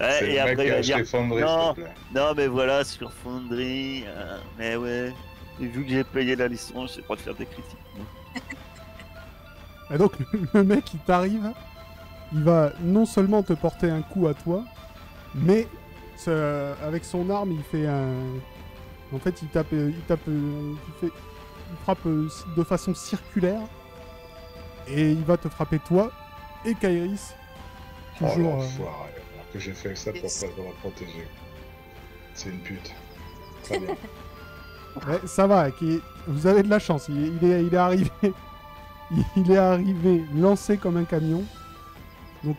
[SPEAKER 3] Ouais,
[SPEAKER 1] C'est
[SPEAKER 3] Et
[SPEAKER 1] le mec
[SPEAKER 3] après,
[SPEAKER 1] qui
[SPEAKER 3] il
[SPEAKER 1] a
[SPEAKER 3] va
[SPEAKER 1] acheté
[SPEAKER 3] dire
[SPEAKER 1] Fondry, s'il
[SPEAKER 3] Non.
[SPEAKER 1] te plaît.
[SPEAKER 3] Non, mais voilà, sur Fonderie, euh, mais ouais. Et vu que j'ai payé la licence, j'ai le droit de faire des critiques. moi.
[SPEAKER 2] Et donc, (laughs) le, le mec, il t'arrive. Il va non seulement te porter un coup à toi, mais ce- avec son arme, il fait un. En fait, il tape. euh, Il, tape euh, il, fait- il frappe euh, de façon circulaire. Et il va te frapper toi et Kairis.
[SPEAKER 1] oh,
[SPEAKER 2] Toujours. euh,
[SPEAKER 1] l'enfoiré. Alors que j'ai fait ça pour
[SPEAKER 5] Yes.
[SPEAKER 1] pas pour la protéger. C'est une pute. Très bien.
[SPEAKER 2] Ouais, ça va, qui- vous avez de la chance. Il, il est, il est arrivé, (laughs) il est arrivé lancé comme un camion. Donc,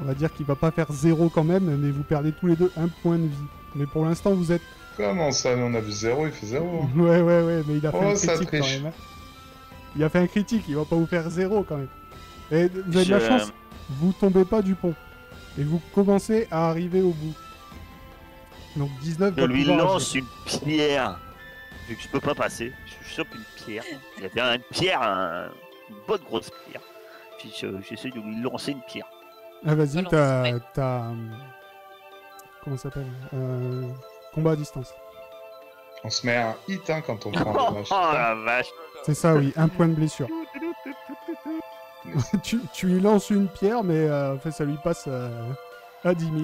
[SPEAKER 2] on va dire qu'il va pas faire zéro quand même, mais vous perdez tous les deux un point de vie. Mais pour l'instant, vous êtes.
[SPEAKER 1] Comment ça On a vu zéro, il fait zéro. hein.
[SPEAKER 2] (laughs) Ouais, ouais, ouais, mais il a fait
[SPEAKER 1] Oh,
[SPEAKER 2] un
[SPEAKER 1] ça
[SPEAKER 2] critique quand
[SPEAKER 1] triche.
[SPEAKER 2] même. hein. Il a fait un critique, il va pas vous faire zéro quand même. Et vous avez de la
[SPEAKER 3] Je-
[SPEAKER 2] chance, vous tombez pas du pont. Et vous commencez à arriver au bout. Donc 19
[SPEAKER 3] Je
[SPEAKER 2] va
[SPEAKER 3] lui
[SPEAKER 2] pouvoir
[SPEAKER 3] lance une pierre. Vu que je peux pas passer, je chope une pierre. Il y avait une pierre, un- une bonne grosse pierre. Puis je- j'essaie de lui lancer une pierre.
[SPEAKER 2] Ah vas-y,
[SPEAKER 5] Relance,
[SPEAKER 2] t'as...
[SPEAKER 5] ouais.
[SPEAKER 2] t'as, euh, Comment ça s'appelle Euh, Combat à distance.
[SPEAKER 1] On se met un hit hein, quand on
[SPEAKER 3] Oh,
[SPEAKER 1] prend un
[SPEAKER 3] (laughs)
[SPEAKER 1] match.
[SPEAKER 3] la vache
[SPEAKER 2] C'est ça, oui. Un point de blessure. (laughs) tu, tu lui lances une pierre, mais euh, en fait, ça lui passe euh, à 10 000.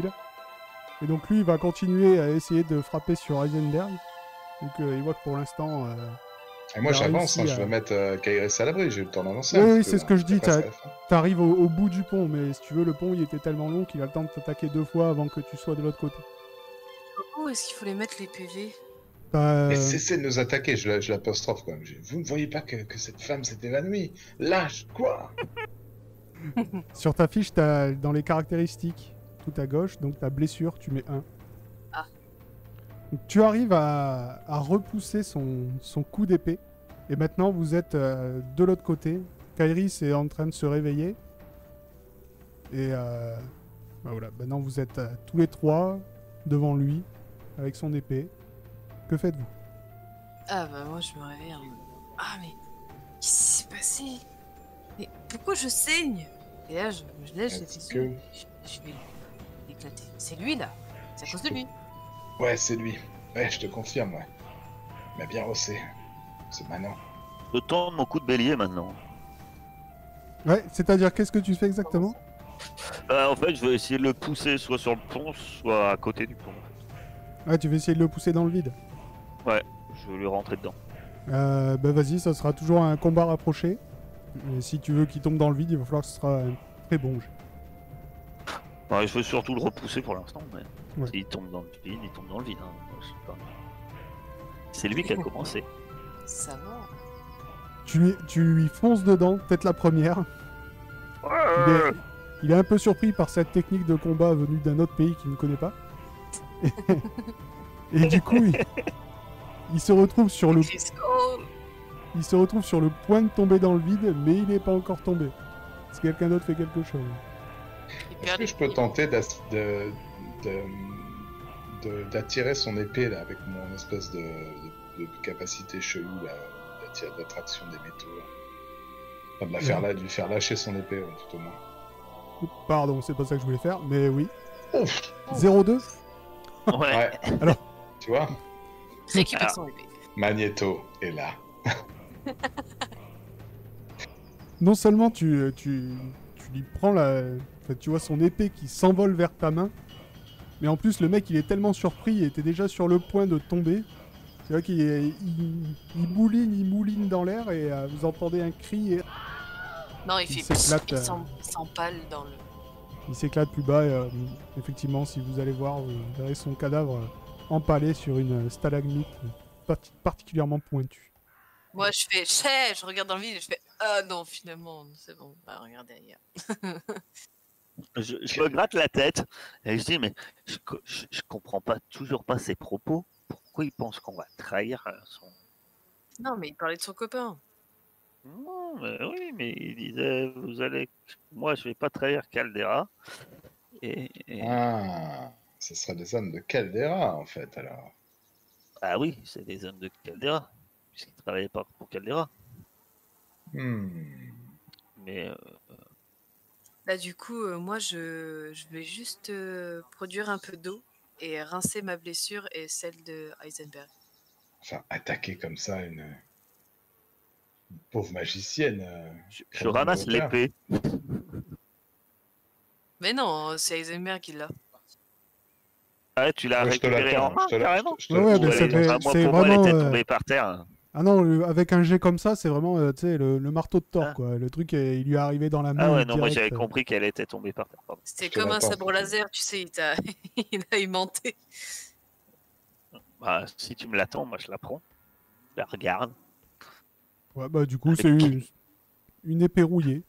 [SPEAKER 2] Et donc lui, il va continuer à essayer de frapper sur Heisenberg. Donc euh, il voit que pour l'instant... euh,
[SPEAKER 1] Et moi
[SPEAKER 2] Il a
[SPEAKER 1] j'avance, hein,
[SPEAKER 2] réussi
[SPEAKER 1] je
[SPEAKER 2] à-
[SPEAKER 1] vais mettre euh, Kairis à l'abri, j'ai eu le temps d'avancer.
[SPEAKER 2] Oui,
[SPEAKER 1] un
[SPEAKER 2] oui,
[SPEAKER 1] petit peu,
[SPEAKER 2] c'est ce que je dis,
[SPEAKER 1] après,
[SPEAKER 2] t'as-
[SPEAKER 1] c'est la fin.
[SPEAKER 2] T'arrives au, au bout du pont, mais si tu veux, le pont, il était tellement long qu'il a le temps de t'attaquer deux fois avant que tu sois de l'autre côté.
[SPEAKER 4] Où est-ce qu'il faut les mettre les PV
[SPEAKER 2] T'as,
[SPEAKER 1] Mais
[SPEAKER 2] euh,
[SPEAKER 1] cessez de nous attaquer, je la- je l'apostrophe quand même. Je- Vous ne voyez pas que, que cette femme s'est évanouie Lâche quoi
[SPEAKER 2] Sur ta fiche, t'as dans les caractéristiques, tout à gauche, donc ta blessure, tu mets 1.
[SPEAKER 4] Ah.
[SPEAKER 2] Tu arrives à, à repousser son, son coup d'épée. Et maintenant, vous êtes euh, de l'autre côté. Kairis est en train de se réveiller. Et euh, bah voilà, maintenant vous êtes euh, tous les trois devant lui, avec son épée. Que faites-vous
[SPEAKER 4] Ah bah moi je me réveille. en mode, Ah mais qu'est-ce qui s'est passé Mais pourquoi je saigne Et là je me lève, j'ai
[SPEAKER 1] Est-ce
[SPEAKER 4] fait
[SPEAKER 1] que-
[SPEAKER 4] je, je vais l'éclater. C'est lui là. C'est à cause de lui.
[SPEAKER 1] Ouais, c'est lui. Ouais, je te confirme, ouais. Il m'a bien rossé. C'est maintenant.
[SPEAKER 3] Je tente mon coup de bélier maintenant.
[SPEAKER 2] Ouais, c'est-à-dire, qu'est-ce que tu fais exactement
[SPEAKER 3] Euh, en fait, je vais essayer de le pousser soit sur le pont, soit à côté du pont.
[SPEAKER 2] Ah, tu veux essayer de le pousser dans le vide.
[SPEAKER 3] Je vais lui rentrer dedans.
[SPEAKER 2] Euh, bah vas-y, ça sera toujours un combat rapproché. Et si tu veux qu'il tombe dans le vide, il va falloir que ce sera un très bon jet.
[SPEAKER 3] Enfin, je veux surtout le repousser pour l'instant, mais
[SPEAKER 2] Ouais.
[SPEAKER 3] s'il tombe dans le vide, il tombe dans le vide. hein. Moi, je sais pas. C'est lui qui a commencé.
[SPEAKER 4] Ça va.
[SPEAKER 2] Tu, lui- tu lui fonces dedans, peut-être la première. Il est, il est un peu surpris par cette technique de combat venue d'un autre pays qu'il ne connaît pas. (laughs) Et, du coup, il, il se retrouve sur le,
[SPEAKER 4] Let's go.
[SPEAKER 2] il se retrouve sur le point de tomber dans le vide, mais il n'est pas encore tombé. Si quelqu'un d'autre fait quelque chose.
[SPEAKER 1] Est-ce
[SPEAKER 4] Il perd
[SPEAKER 1] que
[SPEAKER 4] les
[SPEAKER 1] je peux
[SPEAKER 4] pieds.
[SPEAKER 1] tenter d'ass- de- de- de- d'attirer son épée là avec mon espèce de, de- de capacité chelou là, d'attir- d'attraction des métaux là. Enfin, de la
[SPEAKER 4] Mm.
[SPEAKER 1] faire là, de lui faire lâcher son épée ouais, tout au moins.
[SPEAKER 2] Oups, Pardon, c'est pas ça que je voulais faire, mais oui.
[SPEAKER 1] Ouf
[SPEAKER 2] 0-2
[SPEAKER 3] Ouais.
[SPEAKER 1] Ouais.
[SPEAKER 2] Alors-
[SPEAKER 1] Tu vois
[SPEAKER 4] Récupère son épée.
[SPEAKER 1] Magneto est là.
[SPEAKER 2] non seulement tu, euh, tu, tu lui prends la. enfin, tu vois son épée qui s'envole vers ta main, mais en plus le mec il est tellement surpris et était déjà sur le point de tomber. Tu vois qu'il est- il, il mouline, il mouline dans l'air et euh, vous entendez un cri et
[SPEAKER 4] Non, il
[SPEAKER 2] Il
[SPEAKER 4] fait pss,
[SPEAKER 2] s'éclate,
[SPEAKER 4] il
[SPEAKER 2] euh.
[SPEAKER 4] s'en- il s'empale dans le.
[SPEAKER 2] il s'éclate plus bas. et, euh, effectivement, si vous allez voir, vous verrez son cadavre euh, empalé sur une stalagmite euh, parti- particulièrement pointue.
[SPEAKER 4] Moi je fais chais, je regarde dans le vide et je fais Ah non finalement, c'est bon, bah regardez ailleurs.
[SPEAKER 3] Je, je me gratte la tête et je dis mais je, co- je, je comprends pas toujours pas ses propos. Pourquoi il pense qu'on va trahir euh, son
[SPEAKER 4] Non mais il parlait de son copain.
[SPEAKER 3] Non, mais oui, mais il disait, vous allez, moi, je vais pas trahir Caldera. Et, et-
[SPEAKER 1] Ah, ce seraient des hommes de Caldera, en fait, alors.
[SPEAKER 3] ah oui, c'est des hommes de Caldera, puisqu'ils travaillaient pas pour Caldera.
[SPEAKER 1] Hmm.
[SPEAKER 3] Mais euh,
[SPEAKER 5] Là, du coup, euh, moi, je, je vais juste euh, produire un peu d'eau et rincer ma blessure et celle de Heisenberg.
[SPEAKER 1] Enfin, attaquer comme ça une, une pauvre magicienne. euh,
[SPEAKER 3] je, je
[SPEAKER 1] Prendre
[SPEAKER 3] ramasse
[SPEAKER 1] le retard.
[SPEAKER 3] l'épée.
[SPEAKER 5] Mais non, c'est Heisenberg qui l'a.
[SPEAKER 3] Ah, tu l'as
[SPEAKER 1] moi, je te la
[SPEAKER 3] récupérée en
[SPEAKER 1] donne,
[SPEAKER 3] main,
[SPEAKER 1] je te la-
[SPEAKER 3] carrément
[SPEAKER 1] je te-
[SPEAKER 2] Ouais,
[SPEAKER 1] je te
[SPEAKER 2] mais
[SPEAKER 1] la
[SPEAKER 2] ça
[SPEAKER 1] donne.
[SPEAKER 2] fait-
[SPEAKER 3] Enfin, moi,
[SPEAKER 2] c'est
[SPEAKER 3] pour moi, elle était
[SPEAKER 2] vraiment, euh,
[SPEAKER 3] tombée par terre.
[SPEAKER 2] Ah non, le- avec un jet comme ça, c'est vraiment euh, tu sais, le, le marteau de Thor,
[SPEAKER 3] Ah.
[SPEAKER 2] quoi. Le truc, euh, il lui est arrivé dans la main.
[SPEAKER 3] Ah ouais, non, moi
[SPEAKER 2] direct,
[SPEAKER 3] j'avais
[SPEAKER 2] euh.
[SPEAKER 3] compris qu'elle était tombée par terre. pardon.
[SPEAKER 5] C'était
[SPEAKER 1] Je te
[SPEAKER 5] comme un
[SPEAKER 1] l'attends,
[SPEAKER 5] sabre
[SPEAKER 1] plutôt.
[SPEAKER 5] laser, tu sais,
[SPEAKER 4] (laughs)
[SPEAKER 5] il t'a il a aimanté.
[SPEAKER 3] Bah, si tu me l'attends, moi je la prends. Je la regarde.
[SPEAKER 2] Ouais, bah, du
[SPEAKER 3] Ah,
[SPEAKER 2] coup, c'est une, une épée rouillée.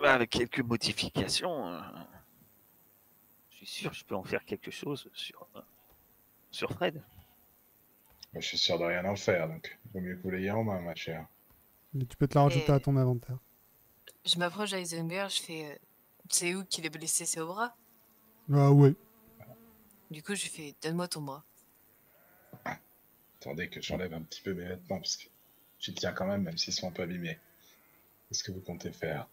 [SPEAKER 3] Bah, avec quelques modifications, euh, je suis sûr que je peux en faire quelque chose sur, euh, sur Fred.
[SPEAKER 1] Moi, je suis sûr de rien en faire, donc vaut mieux que vous l'ayez en main, hein, ma chère.
[SPEAKER 2] Mais tu peux te la rajouter
[SPEAKER 5] Et-
[SPEAKER 2] à ton inventaire.
[SPEAKER 5] Je m'approche d'Heisenberg, je fais. euh, C'est où qu'il est blessé C'est au bras
[SPEAKER 2] Ah ouais.
[SPEAKER 5] Du coup, je lui fais Donne-moi ton bras.
[SPEAKER 1] Attendez que j'enlève un petit peu mes vêtements, parce que j'y tiens quand même, même s'ils sont un peu abîmés. Qu'est-ce que vous comptez faire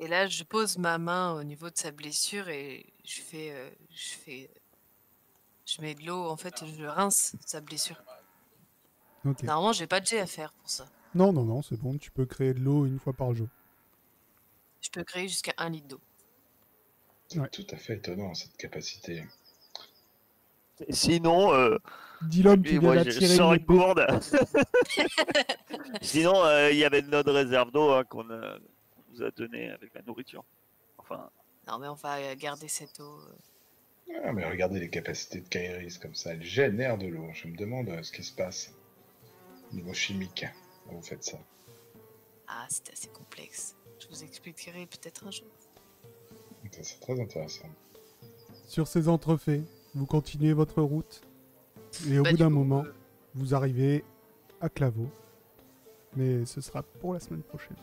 [SPEAKER 5] Et là, je pose ma main au niveau de sa blessure et je fais. euh, je fais. Je mets de l'eau, en fait, je rince sa blessure.
[SPEAKER 2] Ok.
[SPEAKER 5] Normalement, j'ai pas de jet à faire pour ça.
[SPEAKER 2] Non, non, non, c'est bon. Tu peux créer de l'eau une fois par jour.
[SPEAKER 5] Je peux créer jusqu'à un litre d'eau.
[SPEAKER 1] C'est
[SPEAKER 2] Ouais.
[SPEAKER 1] tout à fait étonnant, cette capacité.
[SPEAKER 3] Sinon, euh,
[SPEAKER 2] Dis l'homme qui
[SPEAKER 3] lui,
[SPEAKER 2] vient
[SPEAKER 3] moi je
[SPEAKER 2] d'attirer
[SPEAKER 3] sors
[SPEAKER 2] une
[SPEAKER 3] une
[SPEAKER 2] épée.
[SPEAKER 3] gourde. (laughs) Sinon, euh, il y avait notre réserve d'eau hein, qu'on a- qu'on nous a donnée avec la nourriture. Enfin,
[SPEAKER 5] Non, mais on va euh, garder cette eau. euh.
[SPEAKER 1] Ah, mais regardez les capacités de Kairis comme ça, elle génère de l'eau. Je me demande euh, ce qui se passe au niveau chimique quand vous faites ça.
[SPEAKER 5] Ah, c'est assez complexe. Je vous expliquerai peut-être un jour.
[SPEAKER 1] Donc ça, C'est très intéressant.
[SPEAKER 2] Sur ces entrefaits, vous continuez votre route. Et au
[SPEAKER 5] Bah,
[SPEAKER 2] bout
[SPEAKER 5] du
[SPEAKER 2] d'un
[SPEAKER 5] coup,
[SPEAKER 2] moment,
[SPEAKER 5] euh,
[SPEAKER 2] vous arrivez à Claveau. Mais ce sera pour la semaine prochaine.